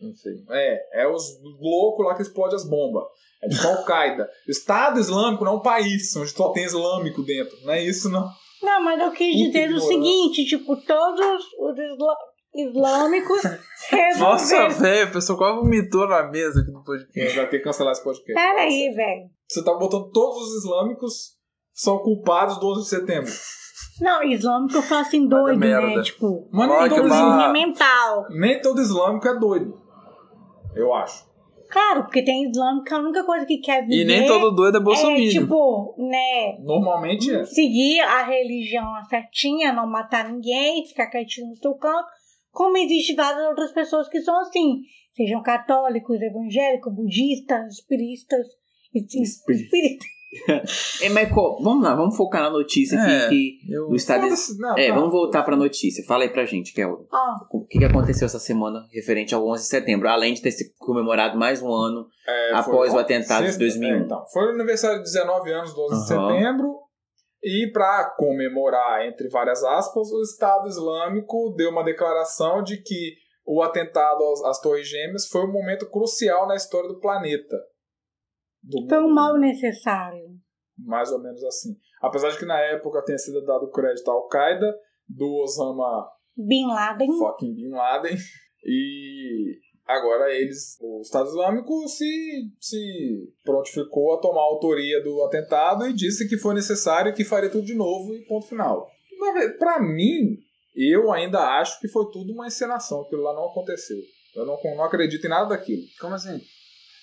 Speaker 4: Não sei.
Speaker 1: É, é os loucos lá que explode as bombas. É de Al-Qaeda. <laughs> O Estado Islâmico não é um país onde só tem islâmico dentro. Não é isso, não.
Speaker 2: Não, mas eu quis
Speaker 1: Puta
Speaker 2: dizer o
Speaker 1: ignorância.
Speaker 2: seguinte, tipo, todos os isla-
Speaker 1: <laughs>
Speaker 2: islâmicos
Speaker 4: Nossa,
Speaker 2: resolveram...
Speaker 4: velho, a pessoa quase vomitou na mesa aqui do
Speaker 1: A
Speaker 4: podcast.
Speaker 1: gente vai ter que cancelar esse podcast.
Speaker 2: Peraí, velho.
Speaker 1: Você tá botando todos os islâmicos são culpados do 11 de setembro.
Speaker 2: Não, islâmico eu falo assim, doido, né?
Speaker 4: merda.
Speaker 2: Tipo,
Speaker 1: Mas nem
Speaker 4: Vai
Speaker 1: todo
Speaker 4: que
Speaker 1: islam-
Speaker 4: mal.
Speaker 2: doidinha mental.
Speaker 1: nem todo islâmico é doido. Eu acho.
Speaker 2: Claro, porque tem islâmico que é a única coisa que quer viver...
Speaker 4: E nem todo doido é
Speaker 2: É,
Speaker 4: bolsominion.
Speaker 2: tipo, né,
Speaker 1: Normalmente é.
Speaker 2: seguir a religião certinha, não matar ninguém, ficar quietinho no seu canto, como existe várias outras pessoas que são assim, sejam católicos, evangélicos, budistas, espiritas, espíritas.
Speaker 3: É, mas qual- vamos lá, vamos focar na notícia que-
Speaker 4: É.
Speaker 3: que
Speaker 4: Eu-
Speaker 3: do Estado.
Speaker 1: Foda-se, não,
Speaker 3: É,
Speaker 1: tá.
Speaker 3: vamos voltar pra notícia. Fala aí pra gente, que é o,
Speaker 2: Ah,
Speaker 3: o que que aconteceu essa semana referente ao 11 de setembro, além de ter se comemorado mais um ano
Speaker 1: É, foi-
Speaker 3: após o atentado
Speaker 1: Sexta,
Speaker 3: de 2001.
Speaker 1: é, então. Foi o aniversário de 19 anos, 12 de
Speaker 3: Aham.
Speaker 1: setembro. E para comemorar, entre várias aspas, o Estado Islâmico deu uma declaração de que o atentado às, às Torres Gêmeas foi um momento crucial na história do planeta. Do
Speaker 2: foi um
Speaker 1: mundo.
Speaker 2: mal necessário.
Speaker 1: Mais ou menos assim. Apesar de que na época tenha sido dado crédito à Al-Qaeda, do Osama
Speaker 2: Bin Laden.
Speaker 1: fucking Bin Laden. E agora eles, o Estado Islâmico, se, se prontificou a tomar a autoria do atentado e disse que foi necessário e que faria tudo de novo e ponto final. Na ve- Pra mim, eu ainda acho que foi tudo uma encenação, aquilo lá não aconteceu. Eu não, não acredito em nada daquilo.
Speaker 4: Como assim?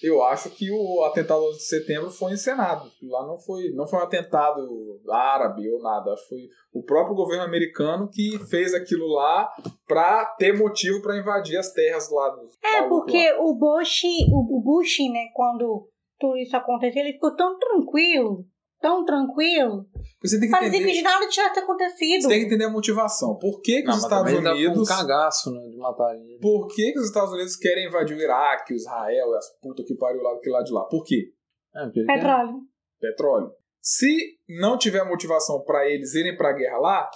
Speaker 1: Eu acho que o atentado 11 de setembro foi encenado. Lá não foi, não foi um atentado árabe ou nada. Acho que foi o próprio governo americano que fez aquilo lá pra ter motivo pra invadir as terras lá do maluco
Speaker 2: É,
Speaker 1: lá.
Speaker 2: porque o Bush, o o Bush, né, quando tudo isso aconteceu, ele ficou tão tranquilo, tão tranquilo,
Speaker 1: Você tem que
Speaker 2: parecia que
Speaker 1: entender,
Speaker 2: de nada tivesse acontecido.
Speaker 1: você tem que entender a motivação. Por que, que
Speaker 4: Não,
Speaker 1: os
Speaker 4: Ah, mas
Speaker 1: Estados
Speaker 4: também dá um
Speaker 1: Unidos.
Speaker 4: cagaço, né, de matar ele.
Speaker 1: Por que, que os Estados Unidos querem invadir o Iraque, o Israel e as putas que pariu lá daquele lado de lá? Por quê?
Speaker 4: É, porque ele quer-
Speaker 2: Petróleo.
Speaker 1: Petróleo. Se não tiver motivação pra eles irem pra guerra lá,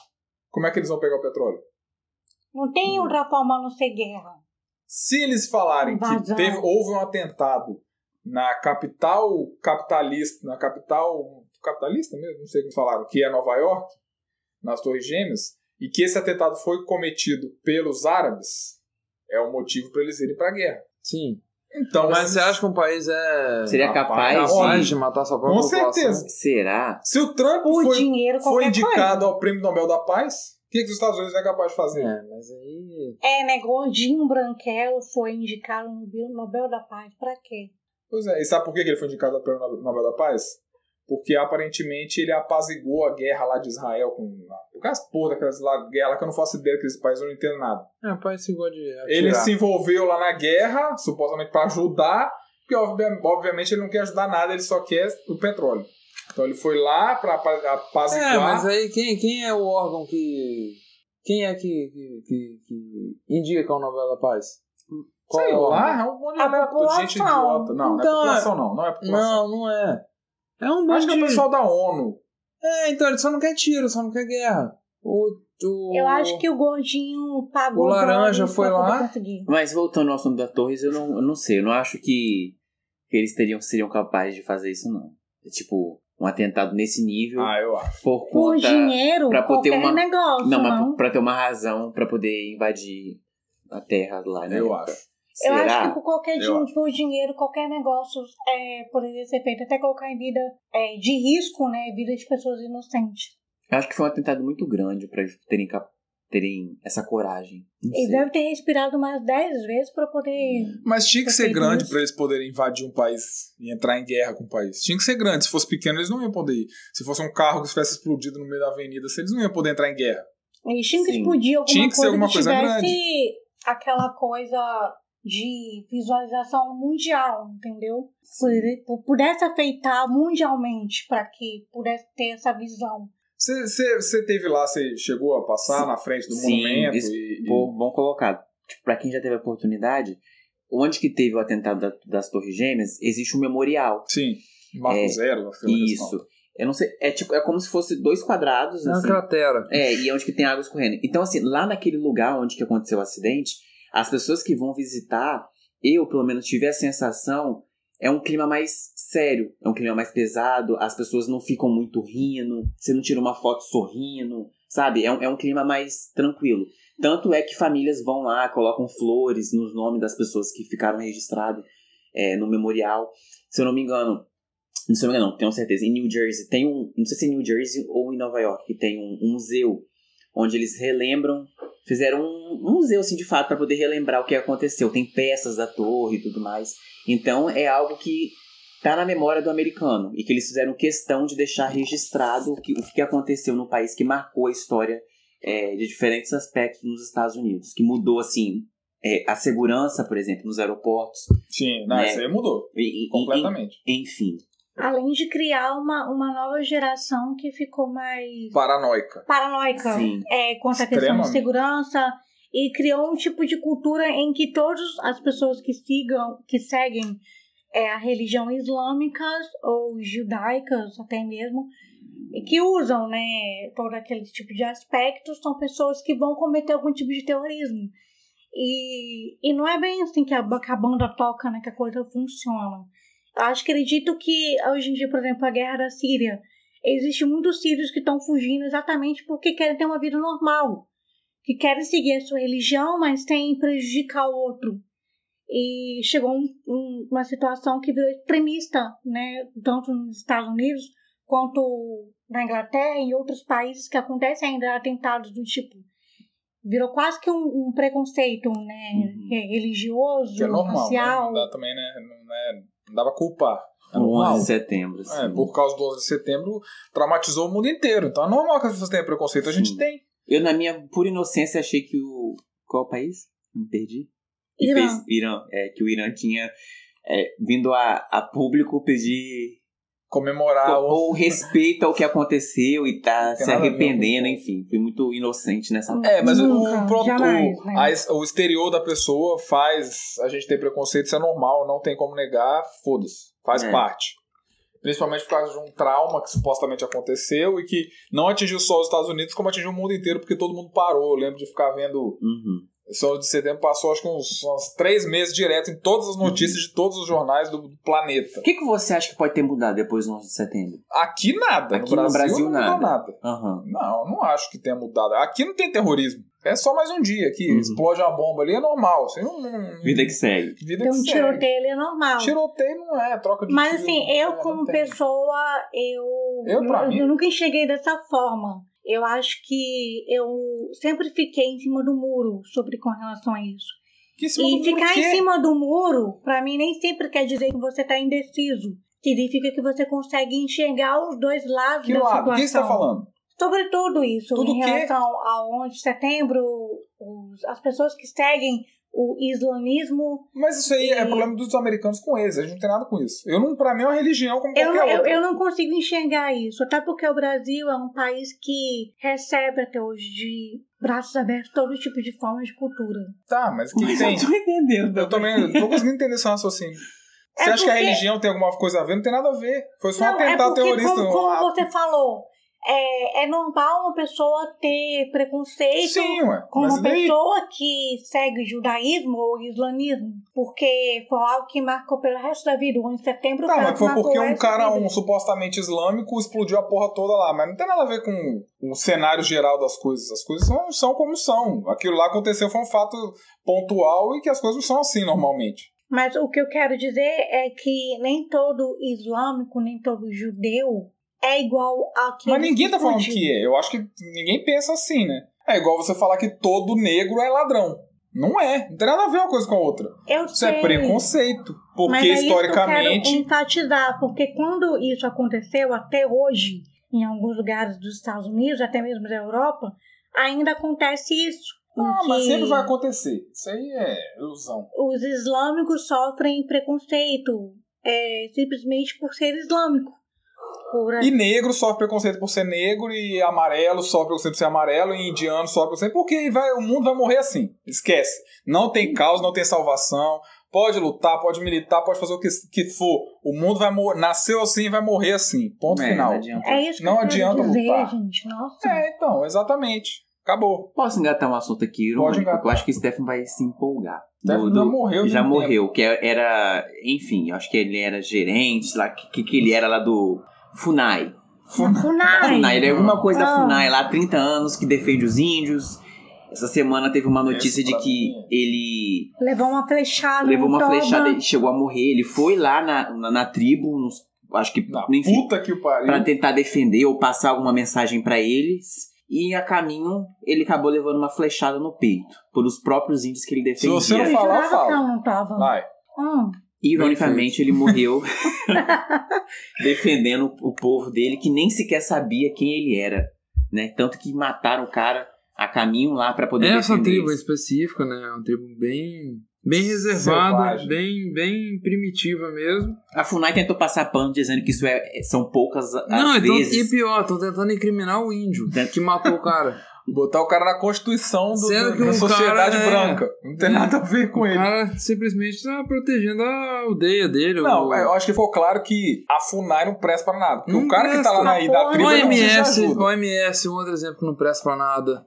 Speaker 1: como é que eles vão pegar o petróleo?
Speaker 2: Não tem
Speaker 1: Uhum.
Speaker 2: outra forma a não ser guerra.
Speaker 1: Se eles falarem que
Speaker 2: Invasão.
Speaker 1: teve- houve um atentado na capital capitalista, na capital capitalista mesmo, não sei como falaram, que é Nova York, nas Torres Gêmeas, e que esse atentado foi cometido pelos árabes, é o motivo para eles irem para a guerra.
Speaker 4: Sim.
Speaker 1: Então,
Speaker 4: Mas
Speaker 1: assim,
Speaker 4: você acha que um país é
Speaker 3: Seria
Speaker 1: Rapaz,
Speaker 3: capaz
Speaker 4: capaz
Speaker 3: de...
Speaker 4: de matar sua própria
Speaker 1: com
Speaker 4: população?
Speaker 1: certeza.
Speaker 3: Será?
Speaker 1: Se o Trump
Speaker 2: Por
Speaker 1: foi,
Speaker 2: dinheiro, é
Speaker 1: foi
Speaker 2: qualquer coisa.
Speaker 1: indicado ao Prêmio Nobel da Paz, o que, que os Estados Unidos é capaz de fazer?
Speaker 4: É, mas aí.
Speaker 2: É, né? Gordinho Branquelo foi indicado no Bio- Nobel da Paz. Pra quê?
Speaker 1: Pois é, e sabe por que que ele foi indicado ao Prêmio Nobel da Paz? Porque aparentemente ele apaziguou a guerra lá de Israel com por causa porra daquelas lá, guerra lá que eu não faço ideia daqueles países, eu não entendo nada.
Speaker 4: É, país se gosta de. atirar.
Speaker 1: Ele se envolveu lá na guerra, supostamente para ajudar, porque obvia- obviamente ele não quer ajudar nada, ele só quer o petróleo. Então ele foi lá para apaziguar.
Speaker 4: É, mas aí quem, quem é o órgão que. Quem é que, que, que, que indica o Nobel da Paz? Qual
Speaker 1: Sei
Speaker 4: é o órgão?
Speaker 1: lá, é um monte de
Speaker 2: A
Speaker 1: aleatório, gente
Speaker 2: população.
Speaker 1: idiota. Não, não é
Speaker 4: Então,
Speaker 1: população não, não é população.
Speaker 4: Não, não é. É um
Speaker 1: Acho
Speaker 4: bando
Speaker 1: que é o
Speaker 4: de...
Speaker 1: pessoal da ONU.
Speaker 4: É, então, ele só não quer tiro, só não quer guerra. O, o...
Speaker 2: Eu acho que o gordinho pagou.
Speaker 4: O laranja
Speaker 2: dólares
Speaker 4: foi
Speaker 2: pra poder
Speaker 4: lá?
Speaker 2: conseguir.
Speaker 3: Mas voltando ao assunto da Torres, eu não, eu não sei. Eu não acho que, que eles teriam, seriam capazes de fazer isso, não. É tipo, um atentado nesse nível
Speaker 1: Ah, eu acho.
Speaker 3: por
Speaker 2: Por
Speaker 3: conta...
Speaker 2: dinheiro,
Speaker 3: pra poder
Speaker 2: qualquer
Speaker 3: uma-
Speaker 2: negócio. Não,
Speaker 3: Não, mas pra ter uma razão pra poder invadir a terra lá, né?
Speaker 1: Eu acho.
Speaker 2: Eu
Speaker 3: Será?
Speaker 2: acho que por qualquer
Speaker 1: Eu
Speaker 2: din- por dinheiro, qualquer negócio é, poderia ser feito. Até colocar em vida é, de risco, né? Vida de pessoas inocentes.
Speaker 3: Eu acho que foi um atentado muito grande pra eles terem, cap- terem essa coragem. Não
Speaker 2: Ele
Speaker 3: sei.
Speaker 2: deve ter respirado umas 10 vezes pra poder.
Speaker 1: Mas tinha
Speaker 3: Tá
Speaker 1: que
Speaker 2: Fake
Speaker 1: ser grande
Speaker 2: news.
Speaker 1: pra eles poderem invadir um país e entrar em guerra com o país. Tinha que ser grande. Se fosse pequeno, eles não iam poder ir. Se fosse um carro que tivesse explodido no meio da avenida, assim, eles não iam poder entrar em guerra.
Speaker 2: Eles tinham que
Speaker 3: Sim.
Speaker 2: explodir alguma
Speaker 1: Tinha que ser
Speaker 2: coisa
Speaker 1: alguma
Speaker 2: que
Speaker 1: coisa
Speaker 2: tivesse aquela coisa de visualização mundial, entendeu? Pudesse- Pudesse afeitar mundialmente para que pudesse ter essa visão.
Speaker 1: Você teve lá, você chegou a passar
Speaker 3: Sim.
Speaker 1: na frente do
Speaker 3: Sim,
Speaker 1: monumento
Speaker 3: isso-
Speaker 1: e. e-
Speaker 3: Bom, bom colocado. Tipo, pra quem já teve a oportunidade, onde que teve o atentado da- das Torres Gêmeas, existe um memorial.
Speaker 1: Sim. Marco
Speaker 3: É,
Speaker 1: Zero, assim, aquela questão.
Speaker 3: Isso. Eu não sei, é tipo, é como se fosse dois quadrados,
Speaker 4: É uma
Speaker 3: assim.
Speaker 4: cratera.
Speaker 3: É, e onde que tem água escorrendo. Então, assim, lá naquele lugar onde que aconteceu o acidente, as pessoas que vão visitar, eu pelo menos tive a sensação, é um clima mais sério, é um clima mais pesado, as pessoas não ficam muito rindo, você não tira uma foto sorrindo, sabe? É um, é um clima mais tranquilo. Tanto é que famílias vão lá, colocam flores nos nomes das pessoas que ficaram registradas é, no memorial. Se eu não me engano, não sei não, tenho certeza. Em New Jersey tem um. Não sei se em New Jersey ou em Nova York, que tem um, um museu onde eles relembram. Fizeram um, um museu, assim, de fato, para poder relembrar o que aconteceu. Tem peças da torre e tudo mais. Então é algo que tá na memória do americano. E que eles fizeram questão de deixar registrado o que, o que aconteceu no país que marcou a história é, de diferentes aspectos nos Estados Unidos. Que mudou, assim, é, a segurança, por exemplo, nos aeroportos.
Speaker 1: Sim, não,
Speaker 3: Né?
Speaker 1: isso aí mudou.
Speaker 3: E- e- e-
Speaker 1: Completamente.
Speaker 3: enfim.
Speaker 2: Além de criar uma, uma nova geração que ficou mais
Speaker 1: Paranoica.
Speaker 2: paranoica
Speaker 3: Sim.
Speaker 2: é, quanto à questão de
Speaker 1: Extremamente.
Speaker 2: segurança e criou um tipo de cultura em que todas as pessoas que sigam, que seguem é, a religião islâmica ou judaicas até mesmo, e que usam né, todo aquele tipo de aspectos, são pessoas que vão cometer algum tipo de terrorismo. E, e não é bem assim que a, ba- que a banda toca, né, que a coisa funciona. Eu acho que acredito que hoje em dia, por exemplo, a guerra da Síria, Existem muitos sírios que estão fugindo exatamente porque querem ter uma vida normal, que querem seguir a sua religião, mas sem prejudicar o outro. E chegou um- um- uma situação que virou extremista, né? tanto nos Estados Unidos quanto na Inglaterra e em outros países que acontecem ainda atentados do tipo. Virou quase que um, um preconceito né?
Speaker 3: Uhum.
Speaker 2: re- religioso,
Speaker 1: Que é normal. né?
Speaker 2: racial.
Speaker 1: Não dá também, né? Não, é- não dá pra culpar. É
Speaker 3: O
Speaker 1: normal.
Speaker 3: 11 de setembro, assim.
Speaker 1: É, por causa do 11 de setembro, traumatizou o mundo inteiro. Então é normal que as pessoas tenham preconceito. A gente
Speaker 3: Sim.
Speaker 1: tem.
Speaker 3: Eu, na minha pura inocência, achei que o... Qual país? Me perdi. Que
Speaker 2: Irã.
Speaker 3: fez- Irã. É, que o Irã tinha é, vindo a, a público pedir
Speaker 1: Comemorar o
Speaker 3: ou respeito ao que aconteceu e tá
Speaker 1: Não tem
Speaker 3: se
Speaker 1: nada a ver
Speaker 3: arrependendo,
Speaker 1: com-
Speaker 3: enfim. Fui muito inocente nessa...
Speaker 1: É, mas
Speaker 2: Nunca,
Speaker 1: o, pronto,
Speaker 2: jamais,
Speaker 1: o-
Speaker 2: né?
Speaker 1: a es- o exterior da pessoa faz a gente ter preconceito, isso é normal, não tem como negar, foda-se, faz
Speaker 3: É.
Speaker 1: parte. Principalmente por causa de um trauma que supostamente aconteceu e que não atingiu só os Estados Unidos, como atingiu o mundo inteiro, porque todo mundo parou. Eu lembro de ficar vendo
Speaker 3: Uhum.
Speaker 1: Esse 11 de setembro passou, acho que uns, uns três meses direto em todas as notícias
Speaker 3: Uhum.
Speaker 1: de todos os jornais do, do planeta.
Speaker 3: O que, que você acha que pode ter mudado depois do 11 de setembro?
Speaker 1: Aqui nada.
Speaker 3: Aqui
Speaker 1: no
Speaker 3: no
Speaker 1: Brasil,
Speaker 3: Brasil,
Speaker 1: não mudou
Speaker 3: nada.
Speaker 1: nada.
Speaker 3: Aham.
Speaker 1: Não, não acho que tenha mudado. Aqui não tem terrorismo. É só mais um dia aqui.
Speaker 3: Uhum.
Speaker 1: Explode uma bomba ali, é normal. Você não, não, não-
Speaker 3: Vida que segue.
Speaker 1: vida
Speaker 2: Então,
Speaker 1: que
Speaker 2: um
Speaker 1: segue.
Speaker 2: tiroteio ele é normal.
Speaker 1: Tiroteio não é, troca de
Speaker 2: Mas
Speaker 1: tiro,
Speaker 2: assim,
Speaker 1: não é,
Speaker 2: eu
Speaker 1: não
Speaker 2: como
Speaker 1: tem.
Speaker 2: pessoa, eu,
Speaker 1: Eu, pra mim-
Speaker 2: nunca enxerguei dessa forma. Eu acho que eu sempre fiquei em cima do muro sobre com relação a isso.
Speaker 1: Que é em cima do
Speaker 2: E
Speaker 1: muro
Speaker 2: ficar
Speaker 1: quê?
Speaker 2: em cima do muro, pra mim, nem sempre quer dizer que você tá indeciso. Significa que você consegue enxergar os dois lados
Speaker 1: Que
Speaker 2: da
Speaker 1: lado? O
Speaker 2: situação.
Speaker 1: que você tá falando?
Speaker 2: Sobre tudo isso,
Speaker 1: Tudo
Speaker 2: em
Speaker 1: o quê?
Speaker 2: relação ao 11 de setembro, os- as pessoas que seguem o islamismo
Speaker 1: Mas isso aí é
Speaker 2: E-
Speaker 1: problema dos americanos com eles. A gente não tem nada com isso. Eu não, pra mim é uma religião como
Speaker 2: Eu, não-
Speaker 1: qualquer
Speaker 2: eu,
Speaker 1: outra.
Speaker 2: eu não consigo enxergar isso, até porque o Brasil é um país que recebe até hoje de braços abertos todo tipo de forma de cultura.
Speaker 1: Tá, mas que tem.
Speaker 3: tô entendendo.
Speaker 1: Eu também tô conseguindo entender seu raciocínio.
Speaker 2: É
Speaker 1: Você acha que a
Speaker 2: porque-
Speaker 1: religião tem alguma coisa a ver? Não tem nada a ver. Foi só um
Speaker 2: não, é
Speaker 1: atentado
Speaker 2: porque,
Speaker 1: terrorista.
Speaker 2: como,
Speaker 1: um
Speaker 2: como
Speaker 1: ato.
Speaker 2: você falou, é, é normal uma pessoa ter preconceito
Speaker 1: Sim, ué.
Speaker 2: com
Speaker 1: mas
Speaker 2: uma
Speaker 1: e daí?
Speaker 2: pessoa que segue o judaísmo ou o islamismo, porque foi algo que marcou pelo resto da vida. O 11 de setembro
Speaker 1: Tá,
Speaker 2: foi
Speaker 1: mas
Speaker 2: algo
Speaker 1: foi
Speaker 2: que
Speaker 1: porque
Speaker 2: marcou
Speaker 1: um
Speaker 2: essa
Speaker 1: cara,
Speaker 2: vida.
Speaker 1: um supostamente islâmico, explodiu a porra toda lá. Mas não tem nada a ver com o cenário geral das coisas. As coisas são, são como são. Aquilo lá aconteceu foi um fato pontual e que as coisas não são assim normalmente.
Speaker 2: Mas o que eu quero dizer é que nem todo islâmico, nem todo judeu é igual a quem.
Speaker 1: Mas ninguém tá falando
Speaker 2: discute.
Speaker 1: que é. Eu acho que ninguém pensa assim, né? É igual você falar que todo negro é ladrão. Não é. Não tem nada a ver uma coisa com a outra.
Speaker 2: Eu
Speaker 1: Isso
Speaker 2: sei,
Speaker 1: é preconceito.
Speaker 2: mas
Speaker 1: Porque
Speaker 2: é isso que eu
Speaker 1: historicamente.
Speaker 2: quero enfatizar, porque quando isso aconteceu, até hoje, em alguns lugares dos Estados Unidos, até mesmo da Europa, ainda acontece isso. em
Speaker 1: Ah, mas
Speaker 2: um- que
Speaker 1: sempre vai acontecer. Isso aí é ilusão.
Speaker 2: Os islâmicos sofrem preconceito é, simplesmente por ser islâmico. Por
Speaker 1: E negro sofre preconceito por ser negro, e amarelo sofre preconceito por ser amarelo, e indiano sofre preconceito. Porque vai, o mundo vai morrer assim. Esquece. Não tem caos, não tem salvação. Pode lutar, pode militar, pode fazer o que, que for. O mundo vai morrer. Nasceu assim e vai morrer assim. Ponto
Speaker 3: É,
Speaker 1: final.
Speaker 3: não adianta.
Speaker 2: É isso que
Speaker 1: Não
Speaker 2: eu quero
Speaker 1: adianta
Speaker 2: dizer,
Speaker 1: lutar.
Speaker 2: gente. Nossa.
Speaker 1: É, então, exatamente. Acabou.
Speaker 3: Posso engatar um assunto aqui,
Speaker 1: Pode
Speaker 3: irônico?
Speaker 1: engatar.
Speaker 3: Porque eu acho que o Stephen vai se empolgar.
Speaker 1: Stephen
Speaker 3: Do-
Speaker 1: já
Speaker 3: do-
Speaker 1: morreu,
Speaker 3: Já
Speaker 1: tem um
Speaker 3: morreu. Que é, era. Enfim, eu acho que ele era gerente, lá, que, que- que ele era lá do. Funai. Funai, ele é alguma coisa da
Speaker 2: Ah.
Speaker 3: Funai lá há 30 anos que defende os índios. Essa semana teve uma notícia
Speaker 1: Esse
Speaker 3: de
Speaker 1: pra
Speaker 3: que
Speaker 1: mim
Speaker 3: ele
Speaker 2: Levou uma flechada.
Speaker 3: levou uma
Speaker 2: no toba.
Speaker 3: flechada e chegou a morrer. Ele foi lá na, na, na tribo, nos- acho que,
Speaker 1: Na
Speaker 3: enfim,
Speaker 1: puta que o pariu.
Speaker 3: pra tentar defender ou passar alguma mensagem pra eles. E a caminho, ele acabou levando uma flechada no peito, pelos próprios índios que ele
Speaker 1: Se você não
Speaker 2: Eu
Speaker 3: defendia.
Speaker 1: falar,
Speaker 2: jurava
Speaker 1: fala.
Speaker 2: que ela não tava.
Speaker 1: Vai.
Speaker 2: Hum.
Speaker 3: Ironicamente, ele
Speaker 4: <laughs>
Speaker 3: morreu defendendo o povo dele, que nem sequer sabia quem ele era. Né? Tanto que mataram o cara a caminho lá pra poder
Speaker 4: É Essa
Speaker 3: defender.
Speaker 4: tribo em
Speaker 3: eles.
Speaker 4: específico, né? É uma tribo bem, bem reservada,
Speaker 1: Selvagem.
Speaker 4: bem, bem primitiva mesmo.
Speaker 3: A FUNAI tentou passar pano dizendo que isso é, são poucas as
Speaker 4: Não, então,
Speaker 3: vezes.
Speaker 4: e pior, estão tentando incriminar
Speaker 3: <laughs>
Speaker 4: o índio
Speaker 3: Tem-
Speaker 4: que matou o
Speaker 3: <laughs>
Speaker 4: cara.
Speaker 1: Botar o cara na constituição do,
Speaker 4: Sendo
Speaker 1: da-
Speaker 4: que
Speaker 1: da
Speaker 4: o
Speaker 1: sociedade
Speaker 4: cara é-
Speaker 1: branca. Não tem
Speaker 4: É.
Speaker 1: nada a ver com
Speaker 4: o
Speaker 1: ele.
Speaker 4: cara simplesmente tá protegendo a aldeia dele.
Speaker 1: Não, é,
Speaker 4: o...
Speaker 1: eu acho que ficou claro que a FUNAI não presta pra nada. Porque
Speaker 4: Não
Speaker 1: o cara que tá lá
Speaker 4: presta. é
Speaker 1: na ida da
Speaker 2: Porra.
Speaker 1: tribo ele não precisa de
Speaker 4: OMS,
Speaker 1: ajuda.
Speaker 4: OMS, um outro exemplo que não presta pra nada.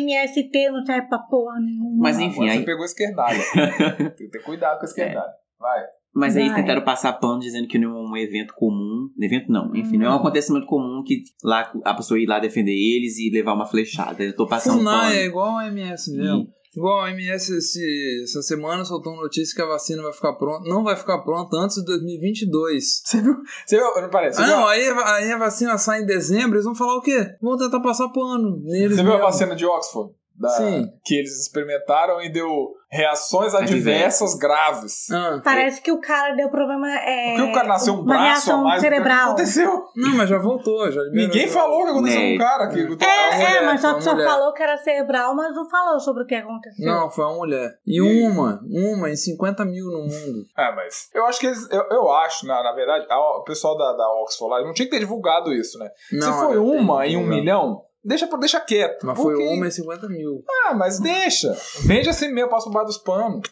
Speaker 2: MST não serve pra porra nenhuma.
Speaker 3: Mas
Speaker 1: Agora
Speaker 3: enfim,
Speaker 1: Você
Speaker 3: aí,
Speaker 1: pegou esquerdalha. tem que ter cuidado com a esquerdalha. Vai.
Speaker 3: mas aí eles
Speaker 2: Vai.
Speaker 3: tentaram passar pano dizendo que não é um evento comum. Evento não, enfim,
Speaker 4: Hum.
Speaker 3: não é um acontecimento comum que lá a pessoa ir lá defender eles e levar uma flechada. Eu tô passando
Speaker 4: FUNAI é
Speaker 3: um pano.
Speaker 4: igual a OMS mesmo. Igual a OMS esse- essa semana soltou uma notícia que a vacina vai ficar pronta, não vai ficar pronta antes de 2022.
Speaker 1: Você viu? Você viu? Não parece.
Speaker 4: Ah,
Speaker 1: Você,
Speaker 4: não,
Speaker 1: viu,
Speaker 4: aí, aí a vacina sai em dezembro, eles vão falar o quê? Vão tentar passar pano neles.
Speaker 1: você viu a
Speaker 4: mesmo.
Speaker 1: vacina de Oxford? Da-
Speaker 4: Sim.
Speaker 1: Que eles experimentaram e deu reações adversas graves.
Speaker 4: Ah,
Speaker 2: Parece que o cara deu problema. É,
Speaker 1: Porque o cara nasceu um
Speaker 2: uma
Speaker 1: braço a
Speaker 2: reação
Speaker 1: mais. o que
Speaker 2: cerebral.
Speaker 1: aconteceu?
Speaker 4: não, mas já voltou, já liberou.
Speaker 1: Ninguém
Speaker 4: já.
Speaker 1: falou o que aconteceu com
Speaker 3: Né.
Speaker 1: o cara. Que,
Speaker 2: É, é,
Speaker 4: mulher,
Speaker 2: mas só
Speaker 4: foi
Speaker 2: que só
Speaker 4: mulher.
Speaker 2: falou que era cerebral, mas não falou sobre o que aconteceu.
Speaker 4: Não, foi uma mulher. E
Speaker 1: E-
Speaker 4: uma, uma em 50 mil no mundo.
Speaker 1: É, mas eu acho que eles. Eu, eu acho, na, na verdade, a- o pessoal da, da Oxford lá não tinha que ter divulgado isso, né?
Speaker 4: Não,
Speaker 1: Se foi
Speaker 4: é,
Speaker 1: uma
Speaker 4: tem-
Speaker 1: em um
Speaker 4: não.
Speaker 1: milhão, deixa, pra- deixa quieto.
Speaker 4: Mas foi
Speaker 1: Porque-
Speaker 4: uma em 50 mil.
Speaker 1: Ah, mas deixa. Vende assim mesmo, passa por baixo dos panos.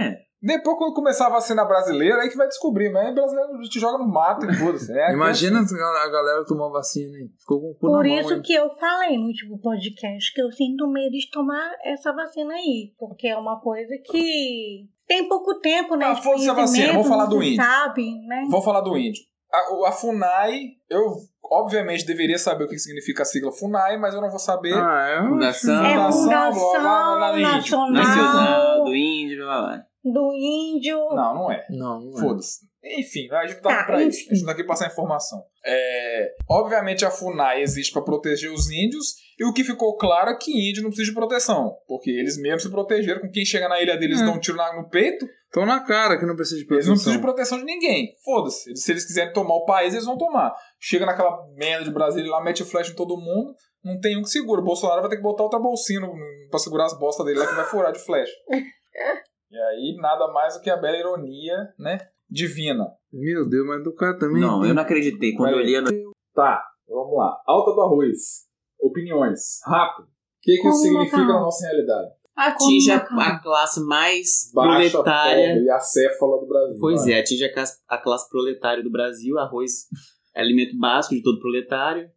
Speaker 3: É.
Speaker 1: Depois, quando começar a vacina brasileira, aí que vai descobrir, mas brasileiro te joga no mato e foda-se. né?
Speaker 4: <laughs> Imagina a galera tomar vacina, hein? Ficou com o cu
Speaker 2: Por
Speaker 4: na mão,
Speaker 2: isso
Speaker 4: hein?
Speaker 2: que eu falei no último podcast que eu sinto medo de tomar essa vacina aí. Porque é uma coisa que tem pouco tempo, né?
Speaker 1: Ah,
Speaker 2: de
Speaker 1: foda-se a vacina,
Speaker 2: conhecimento,
Speaker 1: vamos falar do
Speaker 2: não se
Speaker 1: índio.
Speaker 2: Sabe, né?
Speaker 1: Vou falar do índio. A, o- a FUNAI, eu obviamente deveria saber o que significa a sigla FUNAI, mas eu não vou saber.
Speaker 4: Ah, é?
Speaker 1: né,
Speaker 3: Fundação
Speaker 2: É
Speaker 1: Fundação, blá, blá,
Speaker 2: Fundação
Speaker 1: blá, índio.
Speaker 3: Nacional
Speaker 4: Ah.
Speaker 3: do
Speaker 2: Nacional
Speaker 3: Índio, blá, blá.
Speaker 2: do Índio.
Speaker 1: Não, não é.
Speaker 4: Não, não é.
Speaker 1: Foda-se. Enfim, a gente não tá
Speaker 2: Tá,
Speaker 1: aqui pra isso.
Speaker 2: enfim.
Speaker 1: A gente não tá aqui pra passar informação. É, obviamente a FUNAI existe pra proteger os índios, e o que ficou claro é que índio não precisa de proteção, porque eles mesmos se protegeram. Com quem chega na ilha deles
Speaker 2: Hum.
Speaker 4: É.
Speaker 1: dão um tiro na- no peito,
Speaker 4: Tô na cara que não precisa de
Speaker 1: eles
Speaker 4: proteção.
Speaker 1: não precisam de proteção de ninguém. Foda-se. Eles- Se eles quiserem tomar o país, eles vão tomar. Chega naquela merda de Brasília lá, mete flash em todo mundo, não tem um que segura. O Bolsonaro vai ter que botar outra bolsinha no, pra segurar as bostas dele lá que vai furar de flash.
Speaker 2: <laughs>
Speaker 1: e aí, nada mais do que a bela ironia, né? Divina.
Speaker 4: Meu Deus, mas do cara também.
Speaker 3: Não, eu não acreditei. Quando eu
Speaker 1: Peraí.
Speaker 3: li a notícia,
Speaker 1: Tá, vamos lá. Alta do arroz. Opiniões. Rápido. O que, que isso
Speaker 2: Como
Speaker 1: significa
Speaker 2: macarrão?
Speaker 1: na nossa realidade?
Speaker 3: atinge
Speaker 4: é,
Speaker 3: a,
Speaker 2: Como, cara?
Speaker 3: a classe mais
Speaker 1: Baixa,
Speaker 3: proletária.
Speaker 1: pobre, acéfala do Brasil.
Speaker 3: Pois
Speaker 1: vai.
Speaker 3: é, atinge a classe, a classe proletária do Brasil. Arroz é alimento básico de todo proletário.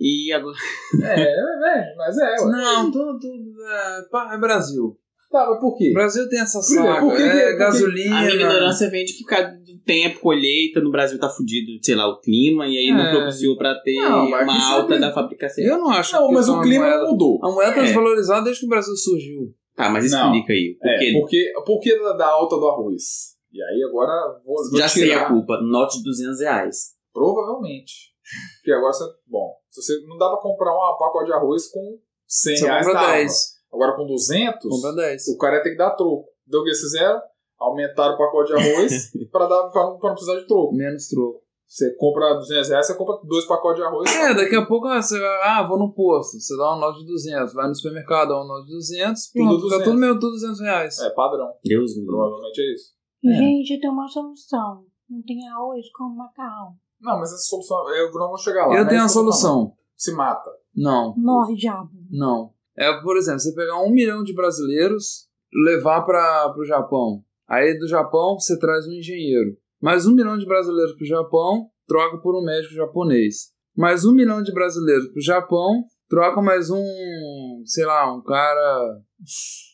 Speaker 3: E agora.
Speaker 1: É, é, mas é, ué.
Speaker 4: Não, tudo. tudo é, pá, é Brasil.
Speaker 1: Tá, mas por quê?
Speaker 4: O Brasil tem essa
Speaker 1: Por quê?
Speaker 4: saga.
Speaker 1: Por que que-
Speaker 4: é
Speaker 1: por que-
Speaker 4: gasolina.
Speaker 3: A minha ignorância vem de que por causa do tempo, colheita, no Brasil tá fudido, sei lá, o clima, e aí
Speaker 4: É.
Speaker 3: não propiciou pra ter
Speaker 4: Não, mas
Speaker 3: uma
Speaker 4: isso é
Speaker 3: alta
Speaker 4: bem-
Speaker 3: da fabricação.
Speaker 4: Eu não acho.
Speaker 1: Não,
Speaker 4: que
Speaker 1: mas
Speaker 4: isso é
Speaker 1: o
Speaker 4: uma
Speaker 1: clima
Speaker 4: moeda-
Speaker 1: não mudou.
Speaker 4: A moeda tá
Speaker 3: É.
Speaker 4: desvalorizada desde que o Brasil surgiu.
Speaker 3: Tá, mas
Speaker 1: Não.
Speaker 3: explica aí.
Speaker 1: É,
Speaker 3: Porque
Speaker 1: porque, porque da, da alta do arroz. E aí agora vou, vou tirar.
Speaker 3: já sei a culpa. Note de 200 reais.
Speaker 1: Provavelmente. Porque agora você. Bom, se você não dá pra comprar um pacote de arroz com 100
Speaker 4: Você
Speaker 1: reais tá
Speaker 4: compra
Speaker 1: dava.
Speaker 4: 10.
Speaker 1: Agora com 200,
Speaker 4: Compra 10.
Speaker 1: o cara ia ter que dar troco. Deu o que eles fizeram? Aumentaram o pacote de
Speaker 4: <laughs>
Speaker 1: arroz pra, dar, pra, não- pra não precisar de troco.
Speaker 4: Menos troco.
Speaker 1: Você compra 200 reais, você compra dois pacotes de arroz.
Speaker 4: É, daqui a pouco ah, você vai. Ah, vou no posto. Você dá um nota de 200. Vai no supermercado, dá um nota de 200.
Speaker 1: Tudo
Speaker 4: Pronto, fica
Speaker 1: 200.
Speaker 4: tudo meu, tudo 200 reais.
Speaker 1: É padrão.
Speaker 3: Deus me livre.
Speaker 1: Provavelmente é isso.
Speaker 4: É.
Speaker 2: Gente, tem uma solução. Não tem arroz como macarrão.
Speaker 1: Não, mas essa solução. Eu não vou chegar lá.
Speaker 4: eu
Speaker 1: né?
Speaker 4: tenho a
Speaker 1: Isso que tô falando.
Speaker 4: solução.
Speaker 1: Se mata.
Speaker 4: Não.
Speaker 2: Morre, diabo.
Speaker 4: Não. É, por exemplo, você pegar um milhão de brasileiros, levar para o Japão. Aí do Japão você traz um engenheiro. Mais um milhão de brasileiros para o Japão, troca por um médico japonês. Mais um milhão de brasileiros para o Japão, troca mais um, sei lá, um cara,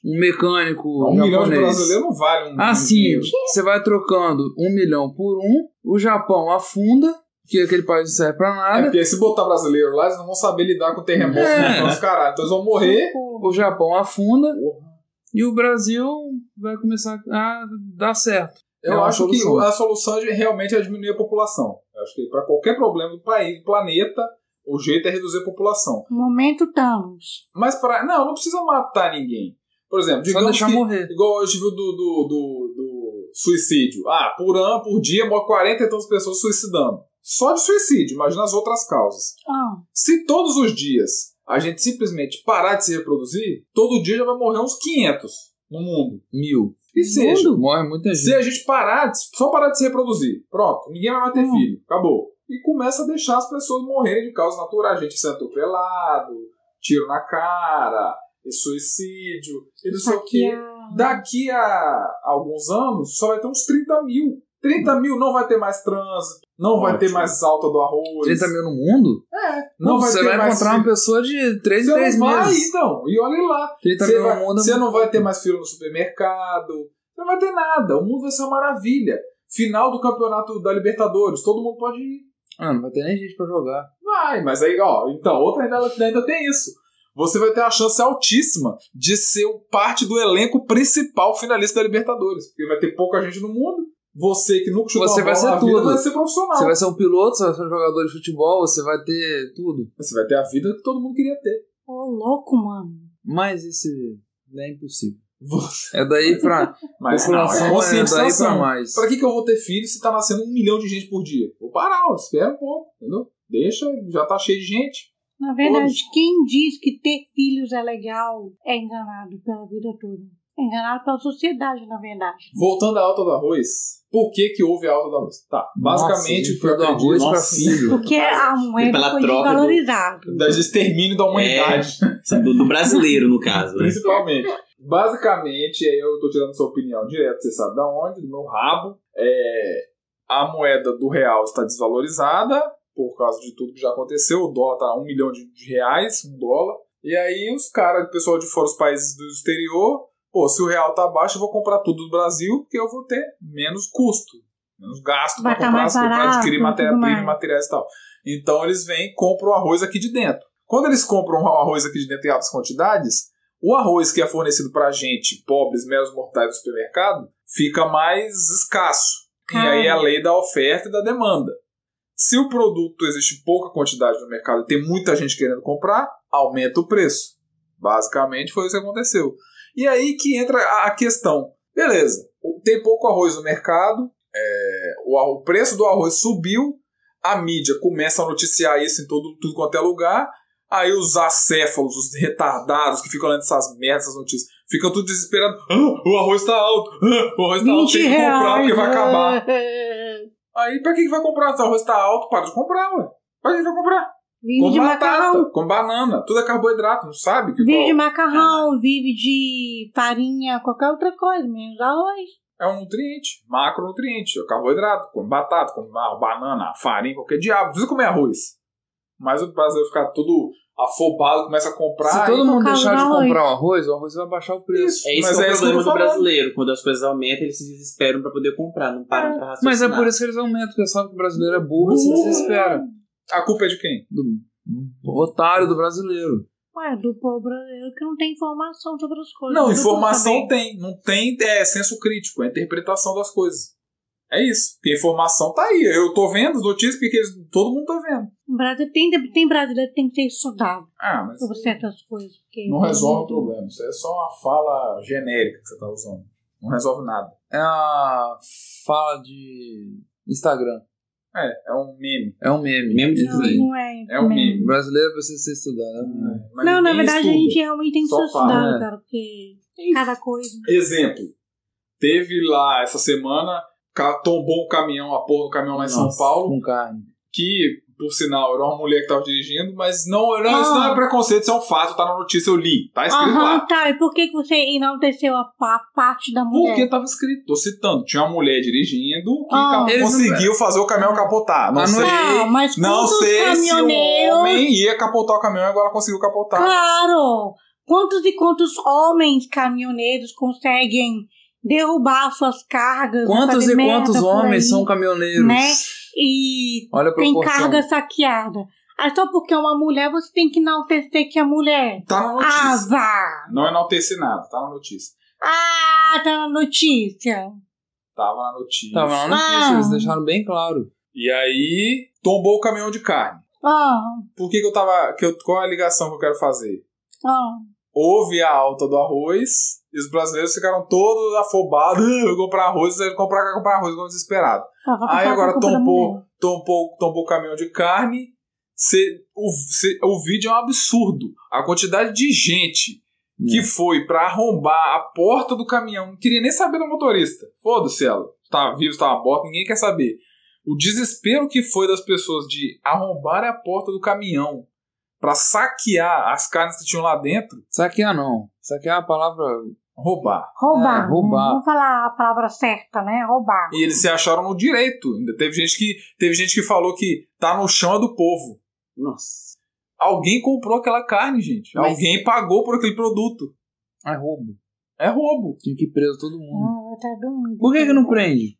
Speaker 4: um mecânico
Speaker 1: Um
Speaker 4: japonês.
Speaker 1: milhão de brasileiros não vale um.
Speaker 4: Ah,
Speaker 1: um
Speaker 4: sim.
Speaker 1: dinheiro.
Speaker 4: Você vai trocando um milhão por um, o Japão afunda, que aquele país não serve para
Speaker 1: É
Speaker 4: nada.
Speaker 1: porque se botar brasileiro lá, eles não vão saber lidar com terremoto
Speaker 4: É.
Speaker 1: dos caralho. Então eles vão morrer.
Speaker 4: o Japão afunda
Speaker 1: Porra.
Speaker 4: e o Brasil vai começar a dar certo.
Speaker 1: Eu
Speaker 4: É uma
Speaker 1: acho
Speaker 4: solução.
Speaker 1: que a solução de- realmente é diminuir a população. Eu acho que para qualquer problema do país, do planeta, o jeito é reduzir a população.
Speaker 2: Momento Thanos.
Speaker 1: Mas para. Não, não precisa matar ninguém. Por exemplo,
Speaker 4: Só
Speaker 1: digamos
Speaker 4: deixar
Speaker 1: que,
Speaker 4: morrer.
Speaker 1: igual a gente viu do, do, do, do suicídio. Ah, por ano, por dia, morre 40 e tantas pessoas suicidando. Só de suicídio, imagina as outras causas.
Speaker 2: Ah,
Speaker 1: Se todos os dias a gente simplesmente parar de se reproduzir, todo dia já vai morrer uns 500 no mundo.
Speaker 4: Mil.
Speaker 1: E seja,
Speaker 4: Morre muita gente.
Speaker 1: se a gente parar, de, só parar de se reproduzir, pronto, ninguém vai mais ter
Speaker 2: Hum.
Speaker 1: filho, acabou. E começa a deixar as pessoas morrerem de causa natural. A gente sendo atropelado, tiro na cara, e suicídio, e não sei o quê.
Speaker 2: saqueado.
Speaker 1: Daqui a alguns anos, só vai ter uns 30 mil. 30 mil não vai ter mais trânsito, não vai ter
Speaker 3: Ótimo.
Speaker 1: mais alta do arroz.
Speaker 4: 30 mil no mundo?
Speaker 1: É,
Speaker 4: Não,
Speaker 1: não vai
Speaker 4: você
Speaker 1: ter
Speaker 4: vai
Speaker 1: mais
Speaker 4: encontrar uma pessoa de 3 em
Speaker 1: você
Speaker 4: 3
Speaker 1: não vai,
Speaker 4: meses.
Speaker 1: então. E olha lá.
Speaker 4: 30
Speaker 1: Você,
Speaker 4: mil
Speaker 1: vai-
Speaker 4: no mundo. é
Speaker 1: você
Speaker 4: muito
Speaker 1: não vai
Speaker 4: pouco.
Speaker 1: ter mais fila no supermercado. Você não vai ter nada. O mundo vai ser uma maravilha. Final do campeonato da Libertadores. Todo mundo pode ir.
Speaker 4: Ah, não vai ter nem gente pra jogar.
Speaker 1: Vai, mas aí, ó. Então, outra ainda, ainda tem isso. Você vai ter a chance altíssima de ser o parte do elenco principal finalista da Libertadores. Porque vai ter pouca gente no mundo. Você que nunca chutou
Speaker 4: Você
Speaker 1: a
Speaker 4: vai
Speaker 1: bola
Speaker 4: ser
Speaker 1: na vida
Speaker 4: tudo.
Speaker 1: vai ser profissional.
Speaker 4: Você vai ser um piloto, você vai ser um jogador de futebol, você vai ter tudo.
Speaker 1: Você vai ter a vida que todo mundo queria ter.
Speaker 2: Ô, louco, mano.
Speaker 4: Mas esse é impossível.
Speaker 1: Você-
Speaker 4: É daí pra.
Speaker 1: <laughs> Mas não, é
Speaker 4: população é daí pra
Speaker 1: conscientização.
Speaker 4: mais.
Speaker 1: Pra que, que eu vou ter filho se tá nascendo um milhão de gente por dia? Vou parar, ó, espera um pouco, entendeu? Deixa, já tá cheio de gente.
Speaker 2: Na verdade, quem diz que ter filhos é legal é enganado pela vida toda. É enganado pela sociedade, na verdade.
Speaker 1: Voltando à alta do arroz, por que que houve a alta do arroz? Tá,
Speaker 4: Nossa,
Speaker 1: basicamente
Speaker 4: gente,
Speaker 1: o que eu
Speaker 4: foi do
Speaker 1: acredito-
Speaker 4: arroz pra
Speaker 1: Nossa, <laughs>
Speaker 4: filho.
Speaker 2: Porque a
Speaker 1: é
Speaker 2: moeda
Speaker 3: pela
Speaker 2: foi
Speaker 3: troca do-
Speaker 2: desvalorizada.
Speaker 1: da extermínio da humanidade,
Speaker 3: Do, do brasileiro, no caso. né?
Speaker 1: principalmente. Basicamente, aí eu tô tirando sua opinião direto, você sabe da onde, do meu rabo. É, a moeda do real está desvalorizada por causa de tudo que já aconteceu. O dólar tá um milhão de de reais, um dólar. E aí os caras, o pessoal de fora dos países do exterior, pô, se o real tá baixo, eu vou comprar tudo do Brasil, porque eu vou ter menos custo, menos gasto
Speaker 2: Vai
Speaker 1: para
Speaker 2: tá
Speaker 1: comprar
Speaker 2: mais
Speaker 1: as coisas, pra
Speaker 2: barato,
Speaker 1: adquirir
Speaker 2: tudo
Speaker 1: matéria-prima,
Speaker 2: mais.
Speaker 1: materiais e tal. Então eles vêm e compram o arroz aqui de dentro. Quando eles compram o arroz aqui de dentro em altas quantidades, o arroz que é fornecido pra gente, pobres, meros mortais do supermercado, fica mais escasso.
Speaker 2: Cara.
Speaker 1: E aí é a lei da oferta e da demanda. Se o produto existe pouca quantidade no mercado e tem muita gente querendo comprar, aumenta o preço. Basicamente foi isso que aconteceu. E aí que entra a a questão. Beleza, o- tem pouco arroz no mercado, é, o, arro- o preço do arroz subiu, a mídia começa a noticiar isso em todo, tudo quanto é lugar, aí os acéfalos, os retardados que ficam lendo essas merdas, essas notícias, ficam tudo desesperados. "Ah, o arroz tá alto, ah, o arroz tá alto,
Speaker 2: 20
Speaker 1: tem que comprar
Speaker 2: reais.
Speaker 1: porque vai acabar. Aí pra que, que vai comprar? Se o arroz tá alto, para de comprar, ué. Pra que, que vai comprar?
Speaker 2: Vive de
Speaker 1: Com batata,
Speaker 2: macarrão.
Speaker 1: com banana, tudo é carboidrato, não sabe? Que
Speaker 2: Vive de
Speaker 1: qual- é,
Speaker 2: macarrão, vive de farinha, qualquer outra coisa, menos arroz.
Speaker 1: É um nutriente, macronutriente, é carboidrato, come batata, come ba- banana, farinha, qualquer diabo, não precisa comer arroz. Mas o brasileiro fica todo afobado, começa a comprar.
Speaker 4: Se
Speaker 1: e-
Speaker 4: todo mundo
Speaker 2: causa
Speaker 4: deixar
Speaker 2: do
Speaker 4: de
Speaker 2: arroz.
Speaker 4: comprar o arroz, o arroz vai baixar o preço.
Speaker 3: É isso
Speaker 1: mas
Speaker 3: que é
Speaker 1: é
Speaker 3: o
Speaker 1: isso que eu
Speaker 3: problema
Speaker 1: tô
Speaker 3: do
Speaker 1: falando.
Speaker 3: brasileiro. Quando as coisas aumentam, eles se desesperam pra poder comprar, não param pra raciocinar.
Speaker 4: Mas é por isso que eles aumentam, porque sabe que o brasileiro é burro e se
Speaker 1: Burro.
Speaker 4: desespera.
Speaker 1: A culpa é de quem?
Speaker 4: Do otário do brasileiro.
Speaker 2: Ué, do povo brasileiro que não tem informação sobre as coisas.
Speaker 4: é
Speaker 1: Não,
Speaker 2: Do povo
Speaker 1: informação
Speaker 2: também.
Speaker 1: tem. Não tem é, senso crítico, é interpretação das coisas. É isso. Porque a informação tá aí. Eu tô vendo as notícias porque eles- todo mundo tá vendo.
Speaker 2: O Brasil tem, tem brasileiro que tem que ser estudado
Speaker 1: Ah, mas
Speaker 2: sobre certas coisas. porque-
Speaker 1: não resolve o problema. Isso é só uma fala genérica que você tá usando. Não resolve nada.
Speaker 4: É a fala de Instagram.
Speaker 1: É, é um meme.
Speaker 4: É um meme.
Speaker 3: Meme de
Speaker 4: Isso aí.
Speaker 2: Não, não é.
Speaker 1: É um meme.
Speaker 4: O Brasileiro precisa ser estudado, né?
Speaker 1: Mas
Speaker 2: não, na
Speaker 1: ninguém
Speaker 2: verdade a
Speaker 1: estuda.
Speaker 2: gente realmente tem que
Speaker 1: Só
Speaker 2: ser
Speaker 1: fala, É
Speaker 2: estudado,
Speaker 4: né?
Speaker 2: cara, porque cada coisa.
Speaker 1: Exemplo. Teve lá essa semana, ca- tombou um caminhão, a porra do caminhão lá em São
Speaker 4: Nossa,
Speaker 1: Paulo,
Speaker 4: Com carne.
Speaker 1: que, por sinal, era uma mulher que tava dirigindo, mas não, era, isso
Speaker 2: Ah.
Speaker 1: não é preconceito, isso é um fato, tá na notícia, eu li. Tá escrito
Speaker 2: Aham,
Speaker 1: lá.
Speaker 2: tá. E por que, que você enalteceu a, pa- a parte da mulher?
Speaker 1: Porque tava escrito, tô citando. Tinha uma mulher dirigindo que
Speaker 2: Ah.
Speaker 1: ca-
Speaker 4: Eles não-
Speaker 1: conseguiu fazer o caminhão capotar. Não
Speaker 4: Mas não
Speaker 1: sei,
Speaker 2: Não, mas
Speaker 1: não
Speaker 2: quantos
Speaker 1: sei se o
Speaker 2: caminhoneiros.
Speaker 1: homem ia capotar o caminhão, agora conseguiu
Speaker 4: Tá.
Speaker 1: capotar.
Speaker 2: Claro! Quantos e quantos homens caminhoneiros conseguem derrubar suas cargas?
Speaker 4: Quantos
Speaker 2: fazer
Speaker 4: e
Speaker 2: merda
Speaker 4: quantos
Speaker 2: por
Speaker 4: homens
Speaker 2: aí,
Speaker 4: são caminhoneiros?
Speaker 2: Né? E
Speaker 4: Olha a
Speaker 2: tem
Speaker 4: proporção.
Speaker 2: carga saqueada. Aí só porque é uma mulher, você tem que enaltecer que é mulher.
Speaker 1: Tá na notícia.
Speaker 2: Ah, vá!
Speaker 1: Não enalteci nada, tá na notícia.
Speaker 2: Ah, tá na notícia.
Speaker 1: Tava na notícia.
Speaker 4: Tava lá no
Speaker 2: Ah.
Speaker 4: notícia, eles deixaram bem claro.
Speaker 1: E aí, tombou o caminhão de carne.
Speaker 2: Ah,
Speaker 1: Por que, que eu tava. Que eu, qual é a ligação que eu quero fazer?
Speaker 2: ah.
Speaker 1: Houve a alta do arroz e os brasileiros ficaram todos afobados. <laughs> "Ah, Eu vou comprar arroz, eu vou comprar, eu vou comprar arroz, ficou desesperado.
Speaker 2: Ah, vai
Speaker 1: Aí
Speaker 2: comprar
Speaker 1: agora
Speaker 2: com a culpa da
Speaker 1: tombou,
Speaker 2: mulher.
Speaker 1: tombou, tombou o caminhão de carne. Cê- o, cê- o vídeo é um absurdo. A quantidade de gente que foi pra arrombar a porta do caminhão, não queria nem saber do motorista. Foda-se ela. Tá vivo, se tá na porta, ninguém quer saber. O desespero que foi das pessoas de arrombar a porta do caminhão pra saquear as carnes que tinham lá dentro,
Speaker 4: Saquear não. Saquear é a palavra.
Speaker 1: roubar.
Speaker 2: Roubar.
Speaker 4: É,
Speaker 2: né?
Speaker 4: roubar.
Speaker 2: Vamos falar a palavra certa, né? Roubar.
Speaker 1: E eles se acharam no direito. Ainda teve gente que teve gente que falou que tá no chão é do povo.
Speaker 3: Nossa.
Speaker 1: Alguém comprou aquela carne, gente.
Speaker 3: Mas-
Speaker 1: Alguém pagou por aquele produto.
Speaker 4: É roubo.
Speaker 1: É roubo.
Speaker 4: Tinha que ir preso todo mundo.
Speaker 2: Ah, eu até dormi.
Speaker 4: Por que, que não prende?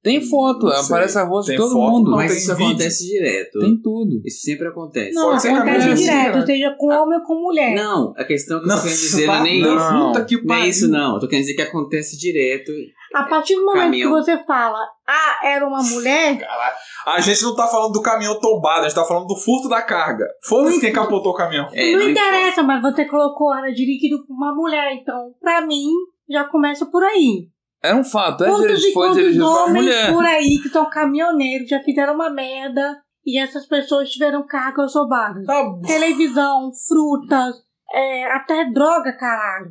Speaker 4: Tem foto,
Speaker 1: Não sei.
Speaker 4: aparece arroz de
Speaker 1: Tem
Speaker 4: todo
Speaker 1: foto,
Speaker 4: mundo.
Speaker 1: Não
Speaker 3: Mas
Speaker 1: tem
Speaker 3: isso
Speaker 1: vídeo.
Speaker 3: acontece direto.
Speaker 4: Tem tudo.
Speaker 3: é Isso sempre acontece.
Speaker 2: Não,
Speaker 1: Pode ser
Speaker 2: acontece
Speaker 4: caminhoneiro. né?
Speaker 2: direto, seja com homem ou com
Speaker 1: é.
Speaker 2: mulher.
Speaker 3: Não, a questão que eu tô querendo dizer não é nem
Speaker 4: não.
Speaker 3: isso.
Speaker 1: Puta que
Speaker 3: Não é
Speaker 1: pariu.
Speaker 3: isso, não. Eu tô querendo dizer que acontece direto.
Speaker 2: A partir do momento
Speaker 3: Caminhão.
Speaker 2: que você fala, ah, era uma mulher,
Speaker 1: Caralho. A gente não tá falando do caminhão tombado, a gente tá falando do furto da carga. Foda-se quem capotou o caminhão.
Speaker 3: É,
Speaker 2: não,
Speaker 3: não
Speaker 2: interessa, mas você colocou era de líquido pra uma mulher. Então, pra mim, já começa por aí.
Speaker 4: Era um fato. É
Speaker 2: Quantos
Speaker 4: dirigi-
Speaker 2: e
Speaker 4: foi
Speaker 2: quantos
Speaker 4: dirigido por uma
Speaker 2: homens
Speaker 4: mulher.
Speaker 2: por aí que são caminhoneiros, já fizeram uma merda e essas pessoas tiveram cargas roubadas?
Speaker 1: Tá bom.
Speaker 2: Televisão, frutas, é, até droga, caralho.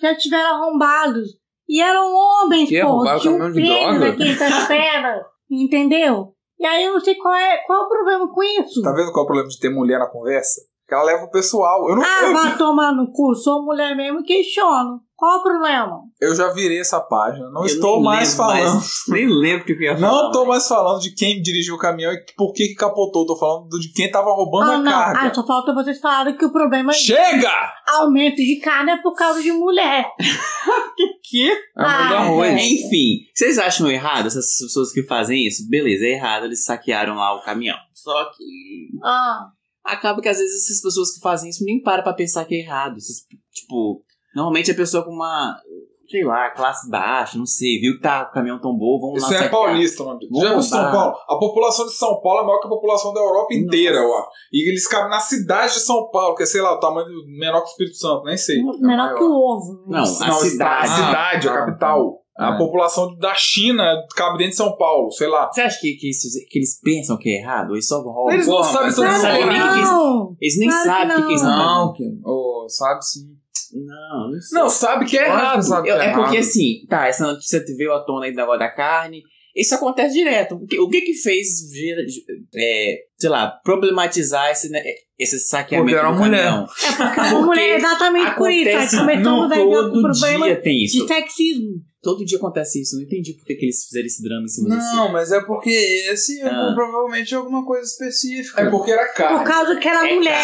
Speaker 2: Já tiveram arrombados. E eram homens,
Speaker 4: Que
Speaker 2: pô.
Speaker 4: arrombaram
Speaker 2: Tinha
Speaker 4: caminhão
Speaker 2: um
Speaker 4: de
Speaker 2: pênis
Speaker 4: droga?
Speaker 2: na quinta-feira. entendeu? E aí eu não sei qual é, qual é o problema com isso.
Speaker 1: Tá vendo qual é o problema de ter mulher na conversa? Que ela leva o pessoal. Eu, não,
Speaker 2: Ah,
Speaker 1: eu,
Speaker 2: vai tomar no cu. Sou mulher mesmo e questiono. Qual o problema?
Speaker 1: eu já virei essa página. Não
Speaker 3: Eu
Speaker 1: estou
Speaker 3: nem
Speaker 1: mais
Speaker 3: lembro
Speaker 1: falando.
Speaker 3: <laughs> nem lembro o que eu ia falar.
Speaker 1: Não tô
Speaker 3: mais.
Speaker 1: mais falando de quem dirigiu o caminhão e por que, que capotou. Tô falando do- de quem tava roubando
Speaker 2: ah,
Speaker 1: a
Speaker 2: não.
Speaker 1: carga.
Speaker 2: Ah, só falta vocês falarem que o problema é
Speaker 1: Chega!
Speaker 2: aumento de carne é por causa de mulher.
Speaker 3: Que?
Speaker 2: Ah,
Speaker 4: Ah,
Speaker 2: é.
Speaker 4: arroz.
Speaker 3: Enfim, vocês acham errado essas pessoas que fazem isso? Beleza, é errado, eles saquearam lá o caminhão. Só que
Speaker 2: Ah,
Speaker 3: acaba que às vezes essas pessoas que fazem isso nem param pra pensar que é errado. Esses, tipo, normalmente a pessoa com uma, sei lá, classe baixa, não sei, viu que tá o caminhão tombou, vamos lá
Speaker 1: Isso é
Speaker 3: saquear.
Speaker 1: paulista, mano.
Speaker 3: Vamos
Speaker 1: Já viu São
Speaker 3: roubar.
Speaker 1: Paulo? A população de São Paulo é maior que a população da Europa inteira,
Speaker 3: Nossa.
Speaker 1: ó. E eles cabem na cidade de São Paulo, que é, sei lá, o tamanho do- menor que o Espírito Santo, nem sei.
Speaker 2: menor que o ovo.
Speaker 3: Não, a
Speaker 1: Não, está- a
Speaker 3: cidade.
Speaker 1: cidade, a
Speaker 4: Ah,
Speaker 1: capital.
Speaker 4: tá.
Speaker 1: A
Speaker 4: É.
Speaker 1: população da China cabe dentro de São Paulo, sei lá.
Speaker 3: Você acha que, que, isso, que eles pensam que é errado? Eles só roubam.
Speaker 1: Eles não
Speaker 3: mas
Speaker 1: sabem
Speaker 3: eles
Speaker 1: tudo
Speaker 3: não
Speaker 1: isso,
Speaker 3: sabem nem o que eles-
Speaker 2: não. é
Speaker 3: Eles nem
Speaker 2: Claro que
Speaker 3: sabem o que, que eles estão
Speaker 4: Não, que, oh, sabe sim.
Speaker 3: fazendo. Não, não sei.
Speaker 1: Não, sabe que é
Speaker 4: Lógico que
Speaker 1: errado.
Speaker 4: sabe que
Speaker 3: Eu- é
Speaker 4: errado.
Speaker 3: porque assim, tá, essa notícia veio à tona aí do negócio da carne. Isso acontece direto. O que o que, que fez, vir- é, sei lá, problematizar esse, né, esse saqueamento
Speaker 4: Porque era
Speaker 3: do
Speaker 4: uma mulher.
Speaker 3: caminhão?
Speaker 2: É porque a mulher, exatamente por isso. Aí
Speaker 3: Acontece
Speaker 2: começamos
Speaker 3: não,
Speaker 2: a pegar o
Speaker 3: todo
Speaker 2: problema é
Speaker 3: dia tem isso.
Speaker 2: de sexismo.
Speaker 3: Todo dia acontece isso. Não entendi por que, que eles fizeram esse drama em cima disso.
Speaker 4: Não, mas é porque esse é
Speaker 3: Ah.
Speaker 4: provavelmente alguma coisa específica.
Speaker 1: É porque era
Speaker 2: Por
Speaker 1: caro.
Speaker 2: causa que era
Speaker 3: É,
Speaker 2: mulher.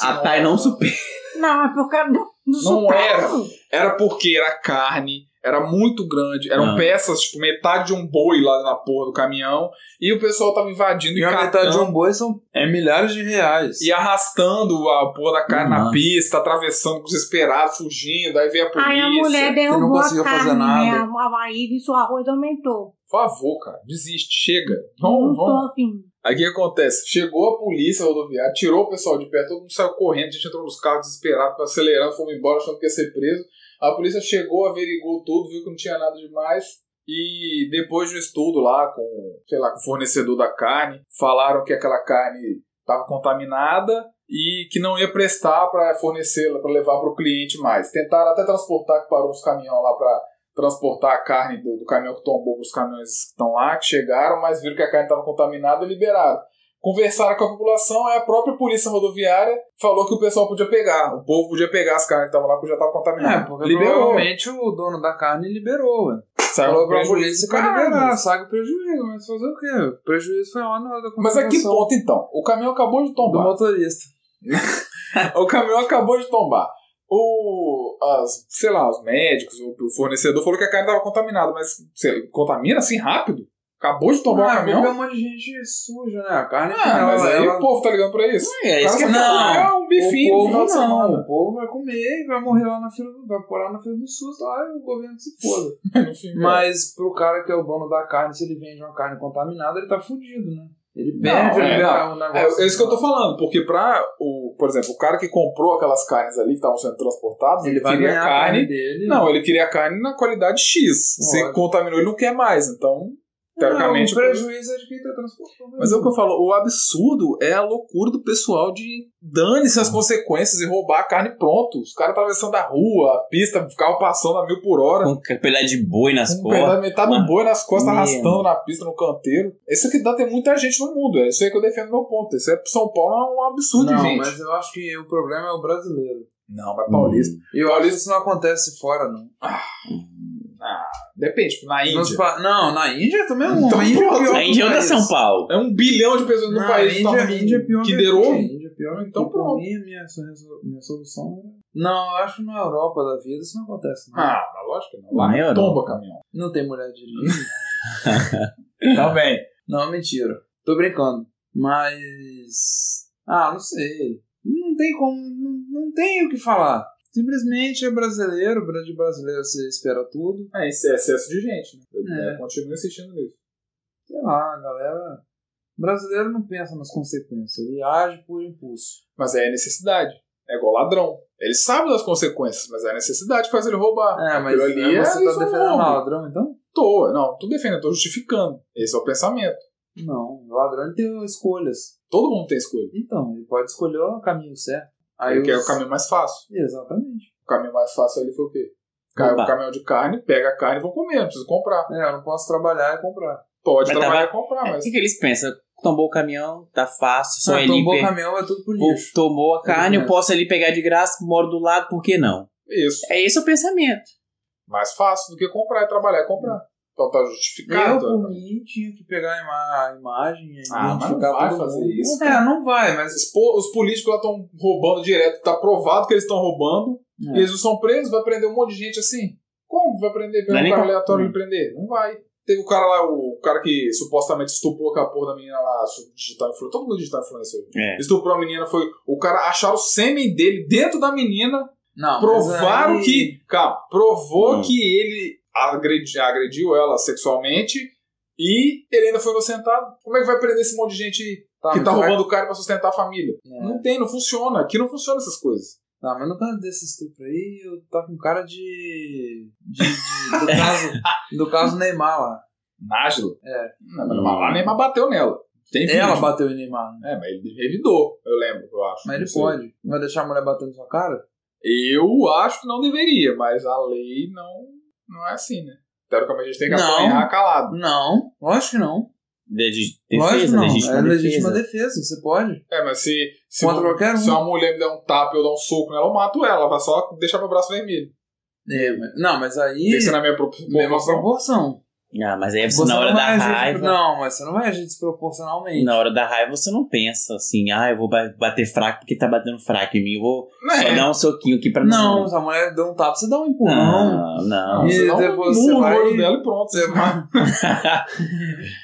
Speaker 3: cara, A Thay não supera.
Speaker 2: Não, é por causa do, do
Speaker 1: Não
Speaker 2: sotaque.
Speaker 1: era. Era porque era carne, era muito grande, eram
Speaker 3: Ah.
Speaker 1: peças, tipo, metade de um boi lá na porra do caminhão, e o pessoal tava invadindo
Speaker 4: E
Speaker 1: e,
Speaker 4: a metade de
Speaker 1: catando,
Speaker 4: um boi são é milhares de reais.
Speaker 1: e arrastando a porra da carne na
Speaker 4: Uhum.
Speaker 3: Nossa.
Speaker 1: pista, atravessando desesperado, fugindo, aí veio a polícia.
Speaker 2: Aí a mulher derrubou a
Speaker 4: conseguiu fazer
Speaker 2: carne, né?
Speaker 4: nada.
Speaker 2: A Maíra e seu arroz aumentou.
Speaker 1: Por favor, cara, desiste, chega.
Speaker 2: não
Speaker 1: Vamos,
Speaker 2: tô
Speaker 1: vamos.
Speaker 2: afim.
Speaker 1: Aí o que acontece? Chegou a polícia rodoviária, tirou o pessoal de perto, todo mundo saiu correndo, a gente entrou nos carros desesperado, acelerando, fomos embora, achando que ia ser preso. A polícia chegou, averigou tudo, viu que não tinha nada demais. E depois de um estudo lá com, sei lá, com o fornecedor da carne, falaram que aquela carne estava contaminada e que não ia prestar para fornecê-la, para levar para o cliente mais. Tentaram até transportar, que parou os caminhões lá para transportar a carne do, do caminhão que tombou os caminhões que estão lá, que chegaram, mas viram que a carne estava contaminada e liberaram. Conversaram com a população, aí a própria polícia rodoviária falou que o pessoal podia pegar, o povo podia pegar as carnes que estavam lá porque já estavam
Speaker 4: É,
Speaker 1: contaminadas.
Speaker 4: porque
Speaker 1: liberou.
Speaker 4: provavelmente o dono da carne liberou, ué.
Speaker 1: Saiu
Speaker 4: Falou
Speaker 1: com
Speaker 4: pra
Speaker 1: prejuízo
Speaker 4: polícia pra
Speaker 1: caralho.
Speaker 4: liberar, sabe o prejuízo, mas fazer o quê? O prejuízo foi lá na hora da
Speaker 1: Mas a que
Speaker 4: contratação
Speaker 1: ponto então? O caminhão acabou de
Speaker 4: do
Speaker 1: tombar.
Speaker 4: motorista.
Speaker 1: <laughs> o caminhão acabou de tombar. O, as, sei lá, os médicos, o, o fornecedor falou que a carne estava contaminada, mas sei, contamina assim rápido? Acabou de tombar o
Speaker 4: Ah, porque é
Speaker 1: caminhão?
Speaker 4: um monte de gente suja, né? A carne
Speaker 1: Ah, mas aí o povo tá ligando pra isso.
Speaker 3: É, isso
Speaker 1: Cara,
Speaker 3: que eu
Speaker 1: só
Speaker 4: não.
Speaker 1: quer
Speaker 3: falo.
Speaker 1: comer um bifinho no
Speaker 4: o povo
Speaker 1: final de
Speaker 4: não,
Speaker 1: semana.
Speaker 4: o povo vai comer e vai morrer lá na fila do. Vai porar na fila do SUS lá e o governo que se foda. Então,
Speaker 1: Enfim,
Speaker 4: Mas pro cara que é o dono da carne, se ele vende uma carne contaminada, ele tá fudido, né? Ele
Speaker 1: Não,
Speaker 4: perde,
Speaker 1: é,
Speaker 4: ele
Speaker 1: não.
Speaker 4: perde o
Speaker 1: É,
Speaker 4: negócio.
Speaker 1: é isso que eu tô falando, porque pra o, por exemplo, o cara que comprou aquelas carnes ali que estavam sendo transportadas, ele,
Speaker 4: Ele vai
Speaker 1: queria
Speaker 4: ganhar
Speaker 1: a carne.
Speaker 4: dele.
Speaker 1: Não, ele queria a carne na qualidade X. Se
Speaker 4: Lógico.
Speaker 1: contaminou, ele não quer mais. Então, teoricamente.
Speaker 4: o prejuízo é de quem tá transportando.
Speaker 1: Mas é o que eu falo, o absurdo é a loucura do pessoal de dane-se as consequências e roubar a carne pronto. Os caras atravessando a rua, a pista, o carro passando a mil por hora.
Speaker 3: Com um pedaço de boi nas
Speaker 1: Um
Speaker 3: costas.
Speaker 1: pedaço metade do
Speaker 3: Mano.
Speaker 1: boi nas costas,
Speaker 3: Meu.
Speaker 1: arrastando na pista, no canteiro. Isso aqui dá tem muita gente no mundo. É isso aí que eu defendo meu ponto. Isso é São Paulo é um absurdo, de
Speaker 4: Não,
Speaker 1: gente.
Speaker 4: mas eu acho que o problema é o brasileiro.
Speaker 1: Não, mas paulista.
Speaker 4: E eu acho que isso não acontece fora, não.
Speaker 1: Depende, tipo, na
Speaker 4: Nos
Speaker 1: Índia.
Speaker 4: pa- Não, na Índia também é um.
Speaker 1: Então,
Speaker 4: a Índia
Speaker 1: pronto,
Speaker 4: é pior
Speaker 3: A Índia é outra São Paulo.
Speaker 1: É um bilhão de pessoas no
Speaker 4: Não,
Speaker 1: país
Speaker 4: a Índia,
Speaker 1: tomando
Speaker 4: a Índia é pior que
Speaker 1: Kinder
Speaker 4: a
Speaker 1: Ovo.
Speaker 4: Índia é pior que
Speaker 1: Então
Speaker 4: então,
Speaker 1: pronto.
Speaker 4: por mim, minha, sua resol- minha solução era... Não, eu acho que na Europa da vida isso não acontece. Não,
Speaker 1: Ah, mas lógico que não.
Speaker 3: Na
Speaker 1: Lá
Speaker 3: Europa.
Speaker 1: tomba caminhão.
Speaker 4: não tem mulher
Speaker 1: <laughs>
Speaker 4: dirigindo.
Speaker 1: Tá bem.
Speaker 4: não, mentira. Tô brincando. Mas... Ah, não sei. Não tem como... Não, não tem o que falar. Simplesmente é brasileiro, grande brasileiro, você espera tudo.
Speaker 1: É, isso é excesso de gente, né? Eu,
Speaker 4: É.
Speaker 1: eu continuo insistindo nisso.
Speaker 4: Sei lá, a galera... Brasileiro não pensa nas consequências, ele age por impulso.
Speaker 1: Mas é necessidade. É igual ladrão. Ele sabe das consequências, mas é a necessidade que faz ele roubar.
Speaker 4: É, mas
Speaker 1: Aquilo ali é
Speaker 4: você
Speaker 1: isso
Speaker 4: tá defendendo o
Speaker 1: mesmo.
Speaker 4: ladrão, então?
Speaker 1: Tô, não, tô defendendo, tô justificando. Esse é o pensamento.
Speaker 4: Não, o ladrão tem escolhas.
Speaker 1: Todo mundo tem escolha.
Speaker 4: Então, ele pode escolher o caminho certo.
Speaker 1: Aí ele quer
Speaker 4: os-
Speaker 1: o caminho mais fácil.
Speaker 4: Exatamente.
Speaker 1: O caminho mais fácil ali foi o quê? Caiu o
Speaker 3: Roubar.
Speaker 1: caminhão de carne, pega a carne e vão comer, não precisa comprar.
Speaker 4: É, eu não posso trabalhar e comprar.
Speaker 1: Pode
Speaker 3: Mas
Speaker 1: trabalhar
Speaker 3: tava-
Speaker 1: e comprar,
Speaker 3: É, O
Speaker 1: mas.
Speaker 3: que, que eles pensam?
Speaker 5: tombou o caminhão, tá fácil, só
Speaker 4: Ah,
Speaker 5: ele
Speaker 4: tombou o
Speaker 5: pe-
Speaker 4: caminhão, é tudo por
Speaker 5: pô,
Speaker 4: lixo.
Speaker 5: tomou a carne, eu
Speaker 4: É.
Speaker 5: posso ali pegar de graça, moro do lado, por que não?
Speaker 1: Isso.
Speaker 5: É esse o pensamento.
Speaker 1: Mais fácil do que comprar e trabalhar é
Speaker 3: Hum.
Speaker 1: comprar. Então tá
Speaker 4: Eu,
Speaker 1: justificado.
Speaker 4: por mim, tinha que pegar a ima- a imagem e
Speaker 1: Ah, mas não
Speaker 4: identificar
Speaker 1: vai
Speaker 4: todo
Speaker 1: fazer
Speaker 4: mundo.
Speaker 1: isso,
Speaker 4: É, não vai, mas...
Speaker 1: Esses po- Os políticos lá estão roubando direto, tá provado que eles estão roubando.
Speaker 4: É.
Speaker 1: E eles não são presos, vai prender um monte de gente assim. Como vai prender?
Speaker 5: Não
Speaker 1: Pegar
Speaker 5: é
Speaker 1: um
Speaker 5: nem
Speaker 1: cara
Speaker 5: com-
Speaker 1: aleatório e prender? Não vai. Teve o cara lá, o cara que supostamente estuprou com a porra da menina lá, su- digital influencer. Todo mundo digital influencer. hoje.
Speaker 5: É.
Speaker 1: Estuprou a menina, foi. O cara acharam o sêmen dele dentro da menina.
Speaker 4: Não,
Speaker 1: provaram
Speaker 4: mas aí-
Speaker 1: que. Calma, provou
Speaker 5: Ah, Hum.
Speaker 1: que ele agredi- agrediu ela sexualmente e ele ainda foi inocentado. Como é que vai prender esse monte de gente aí? que
Speaker 4: mas
Speaker 1: tá
Speaker 4: será
Speaker 1: roubando o cara pra sustentar a família.
Speaker 4: É.
Speaker 1: Não tem, não funciona. Aqui não funciona essas coisas.
Speaker 4: Não, tá, mas no caso desse estupro aí, eu tá com cara de. de, de- do, caso,
Speaker 1: <laughs>
Speaker 4: do caso Neymar lá.
Speaker 1: Nájila?
Speaker 4: É.
Speaker 1: Não, mas hum. a Neymar bateu nela. Tem
Speaker 4: Ela
Speaker 1: vídeo.
Speaker 4: bateu em Neymar. né?
Speaker 1: É, mas ele revidou, eu lembro, eu acho. Não
Speaker 4: Mas ele
Speaker 1: sei.
Speaker 4: pode. Não vai deixar a mulher bater na sua cara?
Speaker 1: Eu acho que não deveria, mas a lei não, não é assim, né? Teoricamente a gente tem que
Speaker 4: Não.
Speaker 1: apanhar calado.
Speaker 4: Não, lógico que não.
Speaker 5: Legi-
Speaker 4: lógico que
Speaker 5: Defesa,
Speaker 4: não.
Speaker 5: legítima
Speaker 4: é
Speaker 5: defesa.
Speaker 4: legítima defesa. você pode.
Speaker 1: É, mas se, se,
Speaker 4: Contra
Speaker 1: uma-
Speaker 4: qualquer um.
Speaker 1: se uma mulher me der um tapa e eu dar um soco nela, eu mato ela, vai só deixar meu braço vermelho.
Speaker 4: É, mas- não, mas
Speaker 1: Tem que
Speaker 4: aí.
Speaker 1: ser na minha prop-
Speaker 4: Mesma
Speaker 1: proporção.
Speaker 4: proporção.
Speaker 5: Ah, mas aí você, na hora
Speaker 4: não
Speaker 5: da
Speaker 4: vai agir-
Speaker 5: raiva.
Speaker 4: Não, mas você não vai agir desproporcionalmente.
Speaker 5: Na hora da raiva você não pensa assim, ah, eu vou ba- bater fraco porque tá batendo fraco em mim, eu vou só dar um soquinho aqui pra
Speaker 4: É. Não, se a mulher deu um tapa, você dá um empurrão.
Speaker 5: Não, não.
Speaker 1: Não,
Speaker 4: E
Speaker 1: você dá um
Speaker 4: depois você
Speaker 1: murro no
Speaker 4: vai-
Speaker 1: olho dela e pronto. Você mata.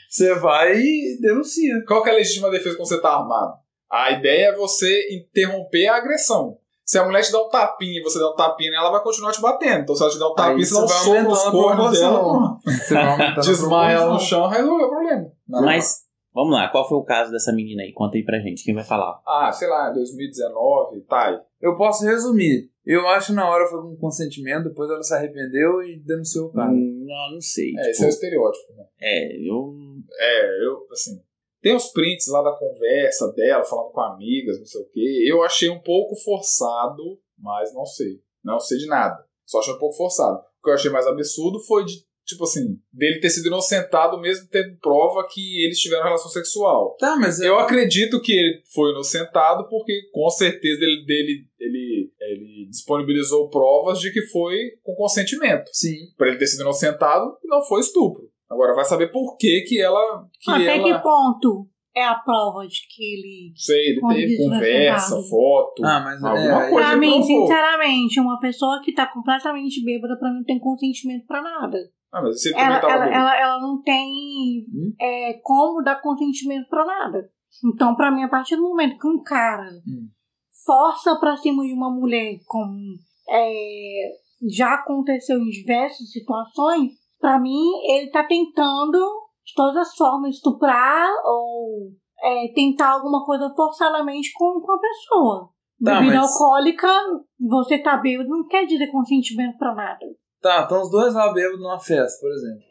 Speaker 4: Você vai e denuncia.
Speaker 1: Qual que é a legítima defesa quando você tá armado? A ideia é você interromper a agressão. Se a mulher te dá um tapinha e você dá um tapinha nela, ela vai continuar te batendo. Então se ela te dá um tapinha,
Speaker 4: Aí
Speaker 1: você dá um
Speaker 4: você vai
Speaker 1: soco nos
Speaker 4: aumentando a
Speaker 1: cornos dela,
Speaker 4: proporção.
Speaker 1: pronto.
Speaker 4: Você vai aumentando a
Speaker 1: <laughs> desmaia ela no
Speaker 4: proporção.
Speaker 1: chão, resolveu o problema.
Speaker 5: Mas, vamos lá, qual foi o caso dessa menina aí? Conta aí pra gente, quem vai falar?
Speaker 1: Ah, sei lá, 2019, tá aí.
Speaker 4: Eu posso resumir. Eu acho que na hora foi com consentimento, depois ela se arrependeu e denunciou o cara.
Speaker 5: Hum, Não, não sei.
Speaker 1: É, esse
Speaker 5: tipo,
Speaker 1: é o estereótipo, né?
Speaker 5: é, eu
Speaker 1: É, eu, assim. Tem os prints lá da conversa dela, falando com amigas, não sei o quê. Eu achei um pouco forçado, mas não sei. Não sei de nada. Só achei um pouco forçado. O que eu achei mais absurdo foi de, tipo assim, dele ter sido inocentado mesmo tendo prova que eles tiveram relação sexual.
Speaker 4: Tá, mas
Speaker 1: Eu acredito que ele foi inocentado porque com certeza ele, dele, ele, ele disponibilizou provas de que foi com consentimento.
Speaker 4: Sim.
Speaker 1: Pra ele ter sido inocentado, não foi estupro. Agora vai saber por que que ela que
Speaker 2: Até
Speaker 1: ela
Speaker 2: que ponto é a prova de que ele.
Speaker 1: não sei, ele
Speaker 2: Como
Speaker 1: teve
Speaker 2: diz,
Speaker 1: conversa,
Speaker 2: inocentado.
Speaker 1: foto,
Speaker 4: Ah, mas
Speaker 1: alguma
Speaker 4: é,
Speaker 1: coisa
Speaker 2: Pra
Speaker 1: ele
Speaker 2: mim,
Speaker 1: provou.
Speaker 2: sinceramente, uma pessoa que tá completamente bêbada, pra mim, não tem consentimento pra nada.
Speaker 1: Ah, mas se ele também
Speaker 2: ela,
Speaker 1: tava
Speaker 2: ela,
Speaker 1: bêbado.
Speaker 2: ela, ela não tem
Speaker 4: Hum?
Speaker 2: é, como dar consentimento pra nada. Então, pra mim, a partir do momento que um cara
Speaker 4: Hum.
Speaker 2: força pra cima de uma mulher, como é, já aconteceu em diversas situações, pra mim, ele tá tentando, de todas as formas, estuprar ou é, tentar alguma coisa forçadamente com, com a pessoa.
Speaker 4: Tá,
Speaker 2: Bebida
Speaker 4: mas-
Speaker 2: alcoólica, você tá bêbado, não quer dizer consentimento pra nada.
Speaker 4: Tá, estão os dois lá bêbados numa festa, por exemplo.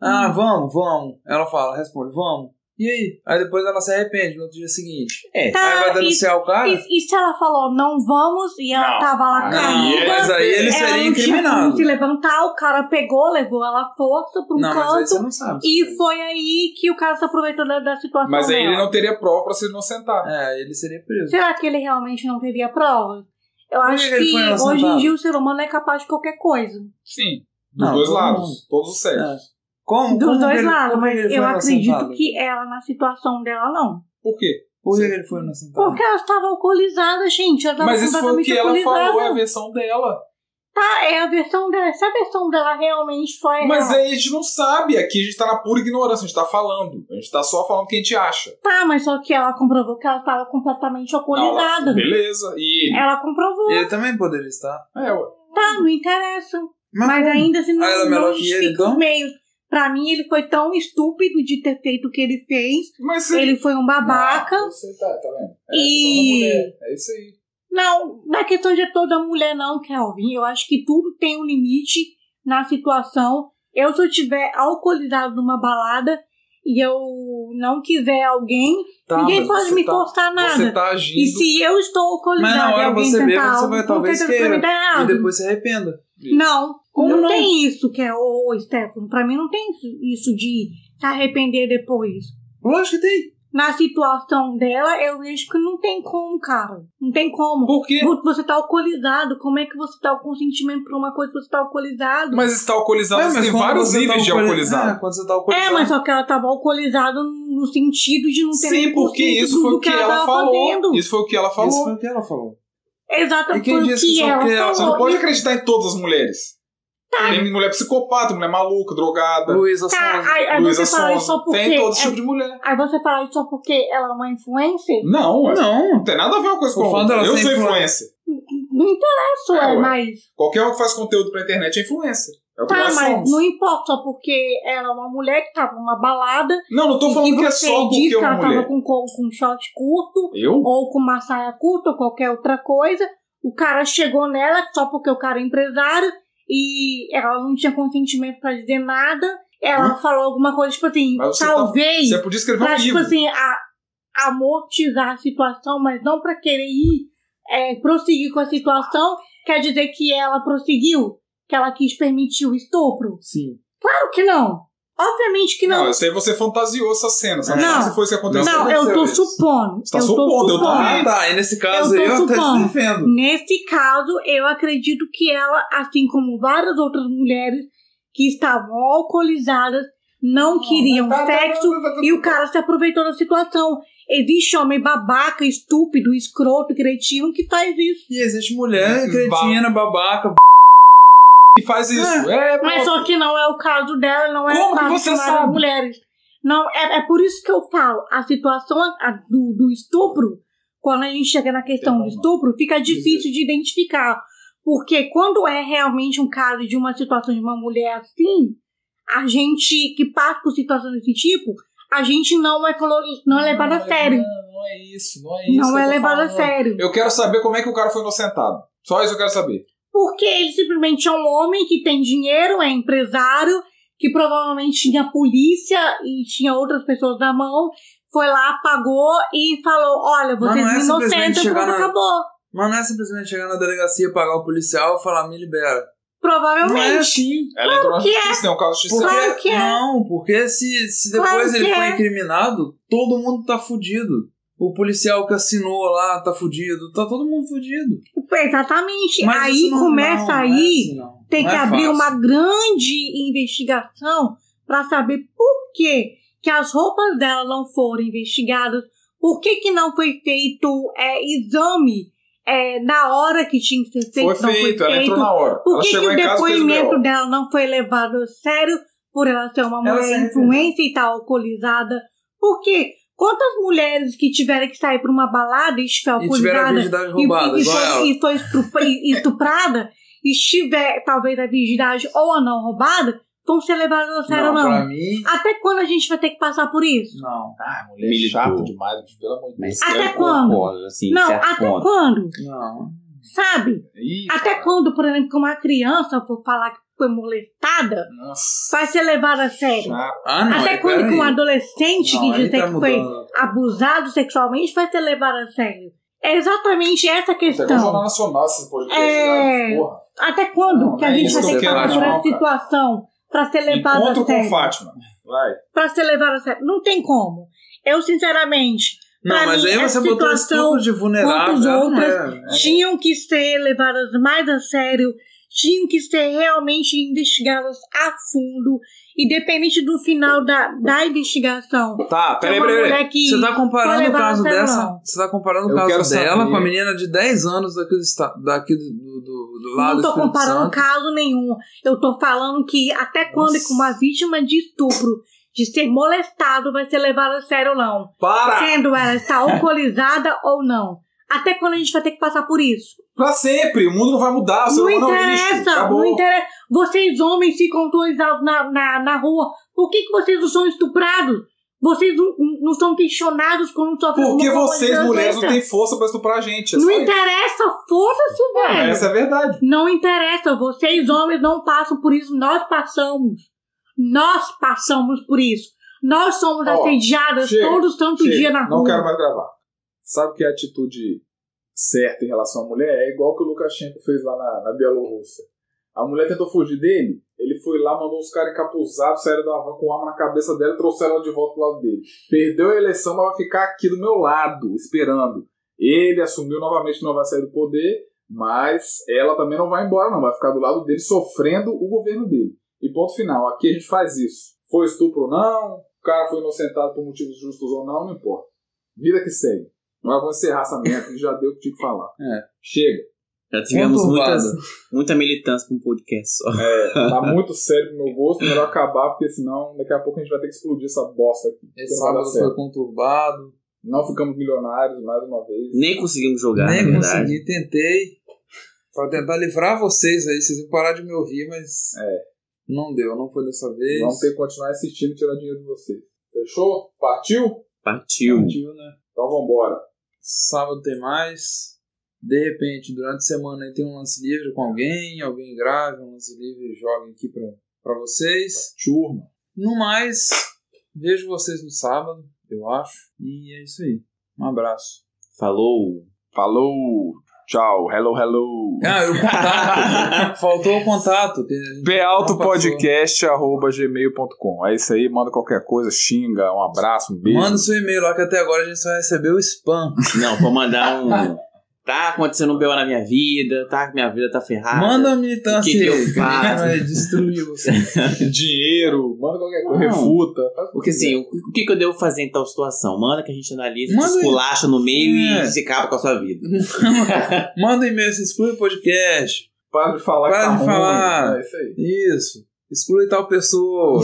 Speaker 4: Ah,
Speaker 2: Hum.
Speaker 4: vamos, vamos. Ela fala, responde, vamos. E aí? Aí depois ela se arrepende no outro dia seguinte.
Speaker 5: É.
Speaker 2: Tá,
Speaker 4: aí vai denunciar o cara?
Speaker 2: E, e se ela falou não vamos e ela
Speaker 1: Não.
Speaker 2: tava lá
Speaker 1: Ah,
Speaker 4: Não,
Speaker 1: e
Speaker 2: caída,
Speaker 4: mas aí ele
Speaker 2: ela
Speaker 4: seria
Speaker 2: não tinha como
Speaker 4: incriminado.
Speaker 2: se um tipo levantar, o cara pegou, levou ela à força pra um
Speaker 4: Não, mas é aí
Speaker 2: canto
Speaker 4: você não sabe.
Speaker 2: e foi aí que o cara se aproveitou da, da situação
Speaker 1: Mas aí
Speaker 2: dela.
Speaker 1: ele não teria prova pra se inocentar.
Speaker 4: É, aí ele seria preso.
Speaker 2: Será que ele realmente não teria prova? Eu
Speaker 4: Por que
Speaker 2: acho
Speaker 4: que ele
Speaker 2: que
Speaker 4: foi inocentado?
Speaker 2: hoje em dia o ser humano é capaz de qualquer coisa.
Speaker 1: Sim, dos
Speaker 4: Não,
Speaker 1: dois
Speaker 4: todo
Speaker 1: lados,
Speaker 4: mundo.
Speaker 1: todos os sexos.
Speaker 4: É. Como?
Speaker 2: Dos
Speaker 4: como
Speaker 2: dois
Speaker 4: ele-
Speaker 2: lados,
Speaker 4: como
Speaker 2: mas
Speaker 4: ele foi
Speaker 2: eu acredito
Speaker 4: inocentado?
Speaker 2: que ela, na situação dela, não.
Speaker 1: Por quê?
Speaker 4: Por que ele foi inocentado?
Speaker 2: Porque ela estava alcoolizada, gente. Ela estava
Speaker 1: Mas isso foi o
Speaker 2: completamente
Speaker 1: que ela
Speaker 2: alcoolizada.
Speaker 1: falou, é a versão dela.
Speaker 2: Tá, é a versão dela. Se a versão dela realmente foi.
Speaker 1: Mas
Speaker 2: ela-
Speaker 1: aí a gente não sabe, aqui a gente tá na pura ignorância, a gente tá falando. A gente tá só falando o que a gente acha.
Speaker 2: Tá, mas só que ela comprovou que ela tava completamente alcoolizada.
Speaker 1: Beleza, e ele?
Speaker 2: Ela comprovou.
Speaker 4: Ele também poderia estar.
Speaker 1: É, ué.
Speaker 2: Tá, não interessa.
Speaker 4: Mas
Speaker 2: Mas ainda assim, não,
Speaker 4: Ah, ela é melhor
Speaker 2: não
Speaker 4: que
Speaker 2: justifica
Speaker 4: ele, então?
Speaker 2: os meios. Pra mim, ele foi tão estúpido de ter feito o que ele fez.
Speaker 1: Mas você...
Speaker 2: Ele foi um babaca.
Speaker 1: Não, você tá, tá vendo? É,
Speaker 2: E-
Speaker 1: só uma mulher, É isso aí.
Speaker 2: Não, na questão de toda mulher, não, Kelvin. Eu acho que tudo tem um limite na situação. Eu, se eu tiver alcoolizado numa balada e eu não quiser alguém,
Speaker 4: Tá,
Speaker 2: ninguém
Speaker 4: mas
Speaker 2: pode
Speaker 4: você
Speaker 2: me
Speaker 4: tá-
Speaker 2: forçar nada.
Speaker 1: Você tá
Speaker 2: E
Speaker 1: agindo...
Speaker 2: se eu estou
Speaker 4: Mas na
Speaker 2: alcoolizada e
Speaker 4: hora
Speaker 2: alguém
Speaker 4: você
Speaker 2: tentar
Speaker 4: bebe, você
Speaker 2: algo,
Speaker 4: vai
Speaker 2: com
Speaker 4: talvez
Speaker 2: certeza
Speaker 4: queira.
Speaker 2: vai me dar
Speaker 4: E
Speaker 2: errado.
Speaker 4: depois se arrependa.
Speaker 2: Não,
Speaker 4: Como
Speaker 2: não,
Speaker 4: não?
Speaker 2: tem isso que é o Stefano. Pra mim não tem isso- isso de se arrepender depois.
Speaker 4: Lógico que tem.
Speaker 2: na situação dela, eu vejo que não tem como, cara. Não tem como.
Speaker 1: Por quê?
Speaker 2: Vo- Você tá alcoolizado. Como é que você tá o consentimento pra uma coisa que você tá alcoolizado?
Speaker 1: Mas está alcoolizado,
Speaker 4: É, mas
Speaker 1: tem
Speaker 4: quando
Speaker 1: vários
Speaker 4: você tá
Speaker 1: níveis de
Speaker 4: alcooli- É,
Speaker 1: alcoolizado.
Speaker 4: quando você tá
Speaker 2: É,
Speaker 4: alcoolizado.
Speaker 2: mas só que ela tava alcoolizada no sentido de não ter
Speaker 1: Sim,
Speaker 2: nem
Speaker 1: porque
Speaker 2: consciência
Speaker 1: isso
Speaker 2: do-
Speaker 1: foi
Speaker 2: do
Speaker 1: o que ela
Speaker 2: tava
Speaker 1: falou.
Speaker 2: fazendo.
Speaker 1: Isso foi o que ela
Speaker 4: Isso
Speaker 1: falou.
Speaker 4: foi o que ela falou. E
Speaker 2: Exatamente
Speaker 4: quem
Speaker 2: foi o
Speaker 4: disse que
Speaker 2: que
Speaker 4: só
Speaker 2: ela
Speaker 4: porque ela-
Speaker 2: falou.
Speaker 1: Você não pode acreditar em todas as mulheres. Tem mulher psicopata, mulher maluca, drogada.
Speaker 4: Luísa Sonza.
Speaker 2: Tá, aí, aí
Speaker 1: Luísa
Speaker 2: você fala isso só
Speaker 1: Sonza.
Speaker 2: porque.
Speaker 1: Tem todo
Speaker 2: é-
Speaker 1: tipo de mulher.
Speaker 2: Aí você fala isso só porque ela é uma influencer?
Speaker 1: Não, ué.
Speaker 4: Não.
Speaker 1: Não tem nada a ver uma coisa com
Speaker 4: O
Speaker 1: a
Speaker 4: fato
Speaker 1: outra.
Speaker 4: dela
Speaker 1: Eu
Speaker 4: ser
Speaker 1: sou
Speaker 4: influ-
Speaker 1: influencer.
Speaker 2: Não
Speaker 1: É,
Speaker 2: interessa, ué,
Speaker 1: ué.
Speaker 2: mas.
Speaker 1: Qualquer um que faz conteúdo pra internet é influencer. É o que
Speaker 2: Tá,
Speaker 1: nós
Speaker 2: mas
Speaker 1: somos.
Speaker 2: não importa, só porque ela é uma mulher que tava numa balada.
Speaker 1: Não, não tô falando
Speaker 2: e
Speaker 1: que é
Speaker 2: você
Speaker 1: só
Speaker 2: diz
Speaker 1: porque é
Speaker 2: que
Speaker 1: uma
Speaker 2: ela
Speaker 1: mulher.
Speaker 2: tava com, co- com short curto,
Speaker 1: Eu?
Speaker 2: ou com uma saia curta, ou qualquer outra coisa. O cara chegou nela só porque o cara é empresário e ela não tinha consentimento pra dizer nada. Ela falou alguma coisa, tipo assim,
Speaker 1: Hum? Mas você tá-
Speaker 2: talvez.
Speaker 1: Você podia escrever um
Speaker 2: pra, tipo
Speaker 1: livro.
Speaker 2: assim, a- amortizar a situação, mas não pra querer ir é, prosseguir com a situação, quer dizer que ela prosseguiu, que ela quis permitir o estupro?
Speaker 4: Sim.
Speaker 2: Claro que não! Obviamente que
Speaker 1: Não,
Speaker 2: não!
Speaker 1: isso aí você fantasiou essa cena. Sabe?
Speaker 2: Não.
Speaker 1: Se foi isso que
Speaker 2: Não,
Speaker 1: aconteceu.
Speaker 2: eu tô
Speaker 4: isso.
Speaker 2: supondo.
Speaker 1: Você tá
Speaker 2: eu
Speaker 1: supondo,
Speaker 2: tô
Speaker 1: eu
Speaker 2: supondo.
Speaker 1: também.
Speaker 4: Ah, tá. E nesse caso
Speaker 2: Eu tô
Speaker 4: aí, eu até te
Speaker 2: supondo.
Speaker 4: defendo.
Speaker 2: Nesse caso, eu acredito que ela, assim como várias outras mulheres que estavam alcoolizadas, não queriam um
Speaker 1: tá
Speaker 2: sexo e o cara se aproveitou da situação. Existe homem babaca, estúpido, escroto, cretino que faz isso.
Speaker 4: E existe mulher
Speaker 1: Ba-
Speaker 4: cretina, babaca.
Speaker 1: E faz isso. É, pô.
Speaker 2: Mas só que não é o caso dela, não é
Speaker 1: Como
Speaker 2: o
Speaker 1: que
Speaker 2: caso
Speaker 1: você
Speaker 2: de várias
Speaker 1: sabe?
Speaker 2: mulheres. Não, é, é por isso que eu falo, a situação a- a do, do estupro, quando a gente chega na questão do estupro, fica difícil de identificar. Porque quando é realmente um caso de uma situação de uma mulher assim, a gente que passa por situações desse tipo, a gente não é, colo- não é levado a sério.
Speaker 1: Não, não é isso, não é isso.
Speaker 2: Não
Speaker 1: que eu
Speaker 2: é
Speaker 1: tô
Speaker 2: levado a
Speaker 1: falando.
Speaker 2: sério.
Speaker 1: Eu quero saber como é que o cara foi inocentado. Só isso eu quero saber.
Speaker 2: Porque ele simplesmente é um homem que tem dinheiro, é empresário, que provavelmente tinha polícia e tinha outras pessoas na mão. Foi lá, pagou e falou: Olha,
Speaker 4: Mas
Speaker 2: vocês
Speaker 4: não é
Speaker 2: me
Speaker 4: simplesmente
Speaker 2: inocentam,
Speaker 4: chegar
Speaker 2: pronto,
Speaker 4: na-
Speaker 2: acabou.
Speaker 4: Mas não é simplesmente chegar na delegacia, pagar o policial e falar, me libera. Não é
Speaker 2: Provavelmente.
Speaker 4: assim.
Speaker 1: Ela entrou na
Speaker 2: que é.
Speaker 1: justiça, né? O caso de
Speaker 4: Porque,
Speaker 1: justiça.
Speaker 2: Claro que é.
Speaker 4: Não, porque se, se depois
Speaker 2: Claro que
Speaker 4: ele for
Speaker 2: é.
Speaker 4: incriminado, todo mundo tá fudido. O policial que assinou lá tá fudido. Tá todo mundo fudido.
Speaker 2: Exatamente.
Speaker 4: é Mas
Speaker 2: aí
Speaker 4: isso não-
Speaker 2: começa
Speaker 4: não, não é
Speaker 2: aí,
Speaker 4: assim, não.
Speaker 2: tem
Speaker 4: Não
Speaker 2: que
Speaker 4: é
Speaker 2: abrir
Speaker 4: fácil.
Speaker 2: uma grande investigação para saber por que, que as roupas dela não foram investigadas, por que, que não foi feito é, exame é, na hora que tinha que ser feito.
Speaker 1: Foi
Speaker 2: não
Speaker 1: feito, ela entrou na hora.
Speaker 2: Por
Speaker 1: ela
Speaker 2: que, que
Speaker 1: chegou
Speaker 2: o
Speaker 1: em casa e fez o
Speaker 2: depoimento
Speaker 1: B.O.
Speaker 2: dela não foi levado a sério por ela ser uma
Speaker 4: Ela
Speaker 2: mulher
Speaker 4: sempre-
Speaker 2: influente e estar alcoolizada? Por quê? Quantas mulheres que tiveram que sair para uma balada e estiver
Speaker 4: E tiveram a
Speaker 2: alcoolizada
Speaker 4: virgindade
Speaker 2: e,
Speaker 4: roubada,
Speaker 2: e,
Speaker 4: igual ela.
Speaker 2: foi, e foi estupra- e- estuprada, e estiver talvez a virgindade ou a não roubada, vão ser levados a sério ou
Speaker 4: Não,
Speaker 2: não.
Speaker 4: pra mim,
Speaker 2: Até quando a gente vai ter que passar por isso?
Speaker 4: não.
Speaker 1: Ah, mulher
Speaker 5: Militou.
Speaker 1: chata demais, bicho, pelo amor de Deus.
Speaker 5: Mas
Speaker 2: Até
Speaker 5: eu
Speaker 2: quando?
Speaker 5: concordo, assim,
Speaker 2: não,
Speaker 1: é
Speaker 5: certo
Speaker 2: até
Speaker 5: ponto.
Speaker 2: quando?
Speaker 4: Não.
Speaker 2: Sabe?
Speaker 1: Ih,
Speaker 2: Até quando, por exemplo, que uma criança for falar que foi molestada,
Speaker 1: Nossa.
Speaker 2: vai ser levada a sério.
Speaker 1: Chata.
Speaker 4: Ah, não.
Speaker 2: Até
Speaker 4: é,
Speaker 2: quando
Speaker 4: peraí.
Speaker 2: que um adolescente
Speaker 4: Não,
Speaker 2: que
Speaker 4: aí
Speaker 2: dizer
Speaker 4: tá
Speaker 2: que foi
Speaker 4: mudando.
Speaker 2: abusado sexualmente vai ser levado a sério? É exatamente essa a
Speaker 1: Até
Speaker 4: é
Speaker 1: com o é um Jornal
Speaker 2: questão.
Speaker 1: Nacional esse podcast.
Speaker 2: Então. É.
Speaker 1: né? Porra.
Speaker 2: Até quando
Speaker 1: Não,
Speaker 2: que a
Speaker 1: não é
Speaker 2: gente
Speaker 1: isso
Speaker 2: vai
Speaker 1: que
Speaker 2: ter
Speaker 1: eu
Speaker 2: que
Speaker 1: quero
Speaker 2: passar por
Speaker 1: falar,
Speaker 2: essa
Speaker 1: não, cara.
Speaker 2: situação pra ser levado
Speaker 1: Encontro
Speaker 2: a sério?
Speaker 1: com Fátima. Vai.
Speaker 2: pra ser levado a sério. Não tem como. Eu, sinceramente,
Speaker 4: Não,
Speaker 2: pra
Speaker 4: mas
Speaker 2: mim,
Speaker 4: aí você
Speaker 2: essa
Speaker 4: botou
Speaker 2: situação
Speaker 4: estupro de vulnerável.
Speaker 2: quantos
Speaker 4: ela não
Speaker 2: outras-
Speaker 4: é.
Speaker 2: tinham que ser levadas mais a sério, tinham que ser realmente investigadas a fundo, independente do final da, da investigação.
Speaker 4: Tá,
Speaker 2: Tem
Speaker 4: peraí,
Speaker 2: É uma
Speaker 4: peraí. peraí.
Speaker 2: mulher que
Speaker 4: Você tá
Speaker 2: foi
Speaker 4: comparando o
Speaker 2: levada
Speaker 4: caso
Speaker 2: é a sério,
Speaker 4: dessa.
Speaker 2: não.
Speaker 4: Você tá comparando o
Speaker 1: Eu quero
Speaker 4: caso dela
Speaker 1: saber.
Speaker 4: com a menina de 10 anos daquele, esta- daqui do, do, do lado
Speaker 2: Não
Speaker 4: do
Speaker 2: tô
Speaker 4: Espírito
Speaker 2: comparando
Speaker 4: Santo.
Speaker 2: caso nenhum. Eu tô falando que até quando que uma vítima de estupro, de ser molestado, vai ser levada a sério ou não.
Speaker 4: Tá.
Speaker 1: Para!
Speaker 2: Sendo ela
Speaker 4: <laughs>
Speaker 2: estar alcoolizada ou não. Até quando a gente vai ter que passar por isso?
Speaker 1: Pra sempre! O mundo não vai mudar, o ser
Speaker 2: Não
Speaker 1: humano é um lixo.
Speaker 2: interessa,
Speaker 1: Acabou.
Speaker 2: não interessa. Vocês homens ficam autorizados na, na, na rua. Por que, que vocês não são estuprados? Vocês não, não são questionados quando sofrem
Speaker 1: Porque
Speaker 2: alguma
Speaker 1: vocês,
Speaker 2: violência?
Speaker 1: mulheres, não têm força pra estuprar a gente. É
Speaker 2: Não
Speaker 1: só isso.
Speaker 2: interessa, foda-se, velho.
Speaker 1: Essa é a verdade.
Speaker 2: Não interessa, vocês homens não passam por isso, nós passamos. Nós passamos por isso. Nós somos
Speaker 1: Ó,
Speaker 2: assediadas
Speaker 1: chega,
Speaker 2: todo santo
Speaker 1: Chega,
Speaker 2: dia na
Speaker 1: não
Speaker 2: rua.
Speaker 1: quero mais gravar. Sabe que a atitude certa em relação à mulher é igual que o Lukashenko fez lá na, na Bielorrússia. A mulher tentou fugir dele, ele foi lá, mandou os caras encapuzados, saíram da van com arma na cabeça dela e trouxeram ela de volta pro lado dele. Perdeu a eleição, mas vai ficar aqui do meu lado, esperando. Ele assumiu novamente, não vai sair do poder, mas ela também não vai embora, não. Vai ficar do lado dele, sofrendo o governo dele. E ponto final, aqui a gente faz isso. Foi estupro ou não, o cara foi inocentado por motivos justos ou não, não importa. Vida que segue. Agora vou encerrar essa merda que já deu o que tinha que falar.
Speaker 4: É.
Speaker 1: Chega.
Speaker 5: Já tivemos
Speaker 4: Conturbada.
Speaker 5: muitas, muita militância com um podcast
Speaker 4: <laughs>
Speaker 5: só.
Speaker 1: Tá muito sério pro meu gosto, melhor acabar, porque senão daqui a pouco a gente vai ter que explodir essa bosta aqui.
Speaker 4: Esse
Speaker 1: Não vai dar
Speaker 4: sábado
Speaker 1: certo.
Speaker 4: foi conturbado.
Speaker 1: Não ficamos milionários mais uma vez.
Speaker 5: Nem conseguimos
Speaker 1: É
Speaker 5: jogar,
Speaker 4: Nem
Speaker 5: na verdade.
Speaker 4: consegui, tentei. Pra tentar livrar vocês aí, vocês iam parar de me ouvir, mas. Não deu, não foi dessa vez.
Speaker 1: É. Vamos ter que continuar assistindo e tirar dinheiro de vocês. Fechou? Partiu?
Speaker 5: Partiu.
Speaker 4: Partiu, né?
Speaker 1: Então vambora.
Speaker 4: Sábado tem mais. De repente, durante a semana aí tem um lance livre com alguém, alguém grave, um lance livre joga aqui pra, pra vocês.
Speaker 1: Turma.
Speaker 4: No mais, vejo vocês no sábado, eu acho. E é isso aí. Um abraço.
Speaker 5: Falou.
Speaker 1: Falou. Tchau. Hello, <laughs> hello.
Speaker 4: Ah, e o
Speaker 1: <laughs>
Speaker 4: contato. Faltou o contato. que a gente não passou.
Speaker 1: gmail.com É isso aí, manda qualquer coisa, xinga, um abraço, um beijo.
Speaker 4: Manda seu e-mail lá que até agora a gente só recebeu spam.
Speaker 5: Não, vou mandar um.
Speaker 4: <laughs>
Speaker 5: Tá acontecendo um B.O. na minha vida, tá? Minha vida tá
Speaker 1: Ah,
Speaker 5: ferrada.
Speaker 4: Manda a militância
Speaker 5: o que que eu
Speaker 4: aí, <laughs>
Speaker 5: faço?
Speaker 4: vai destruir você.
Speaker 1: <laughs> dinheiro, manda qualquer coisa,
Speaker 5: Não.
Speaker 1: refuta. faz
Speaker 5: Porque
Speaker 1: quiser.
Speaker 5: assim, o o que, que eu devo fazer em tal situação? Manda que a gente analisa,
Speaker 4: Manda aí.
Speaker 5: esculacha no meio
Speaker 4: É.
Speaker 5: e se acaba com a sua
Speaker 4: <laughs>
Speaker 5: vida.
Speaker 4: Manda um e-mail, se exclui o podcast.
Speaker 1: Para de falar
Speaker 4: Para
Speaker 1: que tá
Speaker 4: de falar.
Speaker 1: ruim. É isso aí.
Speaker 4: Isso. Exclui tal
Speaker 1: <laughs>
Speaker 4: pessoa.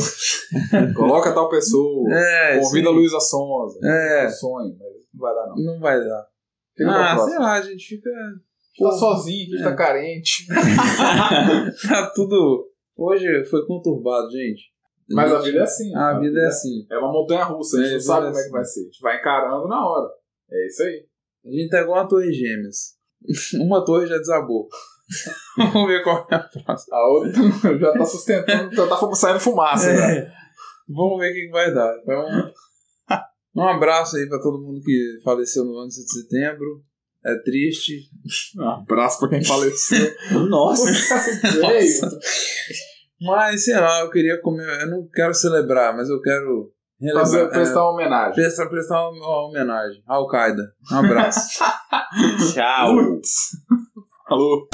Speaker 1: né? Coloca tal pessoa.
Speaker 4: <laughs> É,
Speaker 1: Convida a
Speaker 4: sim.
Speaker 1: Luísa Sonza.
Speaker 4: É.
Speaker 1: Um sonho, mas não vai dar não.
Speaker 4: Não vai dar.
Speaker 1: Fica pra
Speaker 4: ah, É.
Speaker 1: próxima.
Speaker 4: sei lá, a gente fica. <laughs>
Speaker 1: Tá sozinho, que tá carente.
Speaker 4: Tá tudo. Hoje foi conturbado, gente.
Speaker 1: Mas a vida é assim.
Speaker 4: A vida é assim.
Speaker 1: É uma montanha russa, a
Speaker 4: É,
Speaker 1: gente
Speaker 4: a
Speaker 1: não
Speaker 4: vida
Speaker 1: sabe
Speaker 4: é
Speaker 1: como é que
Speaker 4: assim.
Speaker 1: vai ser. A gente vai encarando na hora. É isso aí.
Speaker 4: A gente tá igual uma torre gêmeas. <laughs> Uma torre
Speaker 1: <laughs>
Speaker 4: já desabou. Vamos ver qual é a próxima.
Speaker 1: A outra <laughs> já tá sustentando, já tá fu- saindo fumaça. né?
Speaker 4: É. Vamos ver o que que vai dar. Então, um abraço aí pra todo mundo que faleceu no 11 de setembro. É triste.
Speaker 1: Um abraço pra quem faleceu. <laughs>
Speaker 4: <laughs>
Speaker 5: Nossa.
Speaker 1: É isso.
Speaker 4: Mas, sei lá, eu queria comer. Eu não quero celebrar, mas eu quero
Speaker 1: Fazer,
Speaker 4: relembrar.
Speaker 1: prestar uma
Speaker 4: é,
Speaker 1: homenagem.
Speaker 4: prestar, prestar uma homenagem. Al-Qaeda. Um abraço.
Speaker 5: Tchau.
Speaker 1: Falou.